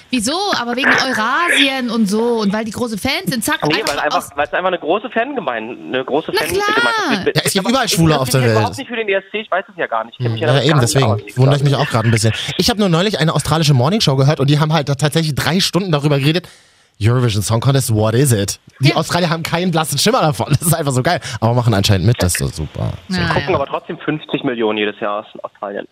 Wieso? Aber wegen Eurasien und so und weil die große Fans sind, zack, Nee, einfach weil aus. einfach, weil es einfach eine große Fangemeinde, eine große Na Fangemeinde klar. ist. Ja, es gibt Aber überall Schwule ich auf der interessiere mich Welt. Hm, überhaupt nicht für den ESC, ich weiß es ja gar nicht. Ich kenn mich ja Ja, damit eben, gar nicht deswegen aus. wundere ich mich auch gerade ein bisschen. Ich habe nur neulich eine australische Morningshow gehört und die haben halt da tatsächlich drei Stunden darüber geredet. Eurovision Song Contest, what is it? Die Ja. Australier haben keinen blassen Schimmer davon. Das ist einfach so geil. Aber machen anscheinend mit, das ist doch super. Na, Gucken ja. aber trotzdem 50 Millionen jedes Jahr aus Australien.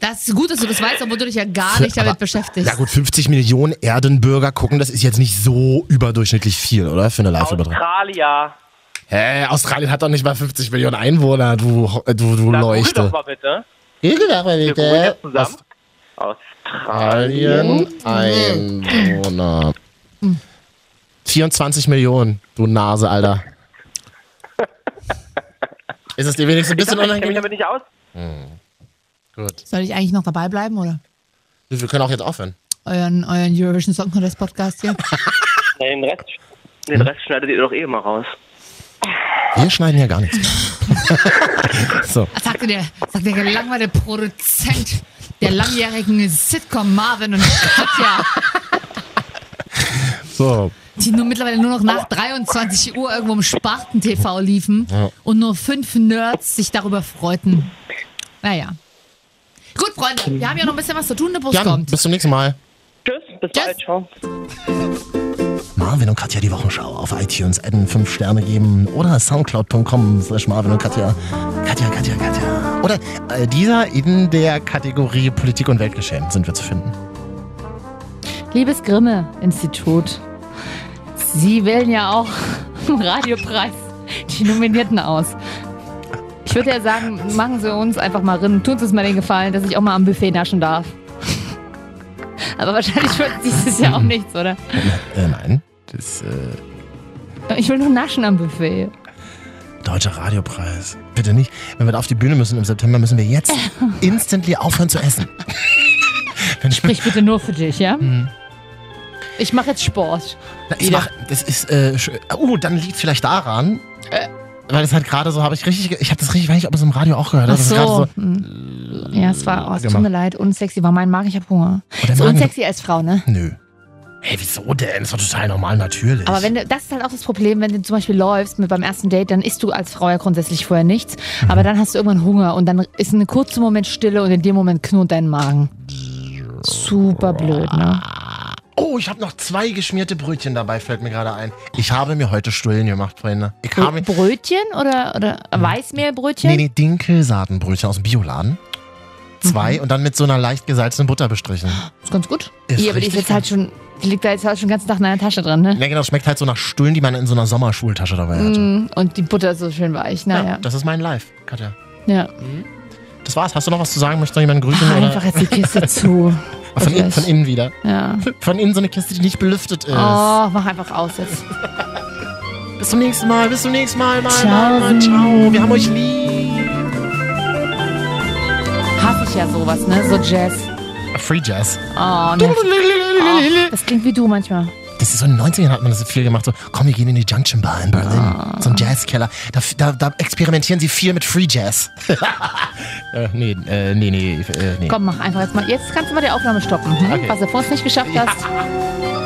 Das ist gut, dass du das weißt, obwohl du dich ja gar nicht damit Aber- beschäftigst. Ja gut, 50 Millionen Erdenbürger gucken, das ist jetzt nicht so überdurchschnittlich viel, oder? Für eine Live-Übertragung. Australia. Hä, Australien hat doch nicht mal 50 Millionen Einwohner, du, du, du Dann google Leuchte. doch mal bitte. Wir googeln Bitte. jetzt zusammen. Australien. Australien Einwohner. 24 Millionen, du Nase, Alter. Ist es dir wenigstens ein Ich bisschen sag, ich kenne unangenehm? mich damit nicht aus. Hm. Gut. Soll ich eigentlich noch dabei bleiben oder? Wir können auch jetzt aufhören. Euren, euren Eurovision Song Contest Podcast hier? Na, Den Rest, den Rest schneidet ihr doch eh immer raus. Wir schneiden ja gar nichts. so. Sagte der, sagte der gelangweilte Produzent der langjährigen Sitcom Marvin und Katja, So. die nur mittlerweile nur noch nach 23 Uhr irgendwo im Sparten-TV liefen Ja. und nur fünf Nerds sich darüber freuten. Naja. Gut, Freunde, wir haben ja noch ein bisschen was zu tun, ne, der Bus Jan, kommt. bis zum nächsten Mal. Tschüss, bis bald, ciao. Marvin und Katja die Wochenschau auf iTunes adden, 5 Sterne geben oder soundcloud.com slash Marvin und Katja. Katja, Katja, Katja. Oder äh, dieser in der Kategorie Politik und Weltgeschehen sind wir zu finden. Liebes Grimme-Institut, Sie wählen ja auch im Radiopreis die Nominierten aus. Ich würde ja sagen, machen Sie uns einfach mal rinnen. Tun Sie uns mal den Gefallen, dass ich auch mal am Buffet naschen darf. Aber wahrscheinlich wird dieses Jahr auch nichts, oder? Äh, nein, das äh, Ich will nur naschen am Buffet. Deutscher Radiopreis. Bitte nicht. Wenn wir da auf die Bühne müssen im September, müssen wir jetzt instantly aufhören zu essen. Wenn ich, Sprich bitte nur für dich, ja? Mhm. Ich mache jetzt Sport. ich mach, das ist, äh, schön. uh, dann liegt vielleicht daran, Äh. weil das halt gerade so, habe ich richtig, ge- ich habe das richtig, weiß nicht, ob es im Radio auch gehört Ach habe. das ist gerade so. Hm. Ja, es war, oh, es tut mir leid, unsexy war mein Magen, ich habe Hunger. der Ist Oh, Magen- unsexy als Frau, ne? Nö. Hey, wieso denn? Das ist doch total normal, natürlich. Aber wenn du, das ist halt auch das Problem, wenn du zum Beispiel läufst mit beim ersten Date, dann isst du als Frau ja grundsätzlich vorher nichts, Mhm. aber dann hast du irgendwann Hunger und dann ist ein kurzer Moment Stille und in dem Moment knurrt dein Magen. Super blöd, ne? Oh, ich habe noch zwei geschmierte Brötchen dabei, fällt mir gerade ein. Ich habe mir heute Stullen gemacht, Freunde. Ich habe mir, Brötchen oder, oder Weißmehlbrötchen? nee, nee, Dinkelsatenbrötchen aus dem Bioladen. Mhm. Zwei und dann mit so einer leicht gesalzenen Butter bestrichen. Ist ganz gut. Ist Hier, aber die ist richtig jetzt halt schon, die liegt da jetzt halt schon den ganzen Tag in deiner Tasche drin, ne? Ja, genau, schmeckt halt so nach Stullen, die man in so einer Sommerschultasche dabei hatte. Mm, Und die Butter ist so schön weich, naja. Das ist mein Live, Katja. Ja. Das war's. Hast du noch was zu sagen? Möchtest du noch jemanden grüßen? Mach oder? einfach jetzt die Kiste zu. Ah, von, innen, von innen wieder. Ja. Von innen so eine Kiste, die nicht belüftet ist. Oh, mach einfach aus jetzt. Bis zum nächsten Mal, bis zum nächsten Mal. mal, Ciao. Mal, mal, ciao. Wir haben euch lieb. Hasse ich ja sowas, ne? So Jazz. Free Jazz. Oh, ne. oh, Das klingt wie du manchmal. Das ist so in den 90ern hat man das viel gemacht. So, komm, wir gehen in die Junction Bar in Berlin. Ah. So ein Jazzkeller. Da, da, da experimentieren sie viel mit Free Jazz. äh, nee, äh, nee, nee, äh, nee. Komm, mach einfach jetzt mal. Jetzt kannst du mal die Aufnahme stoppen, hm? Okay. was du vorhin nicht geschafft hast.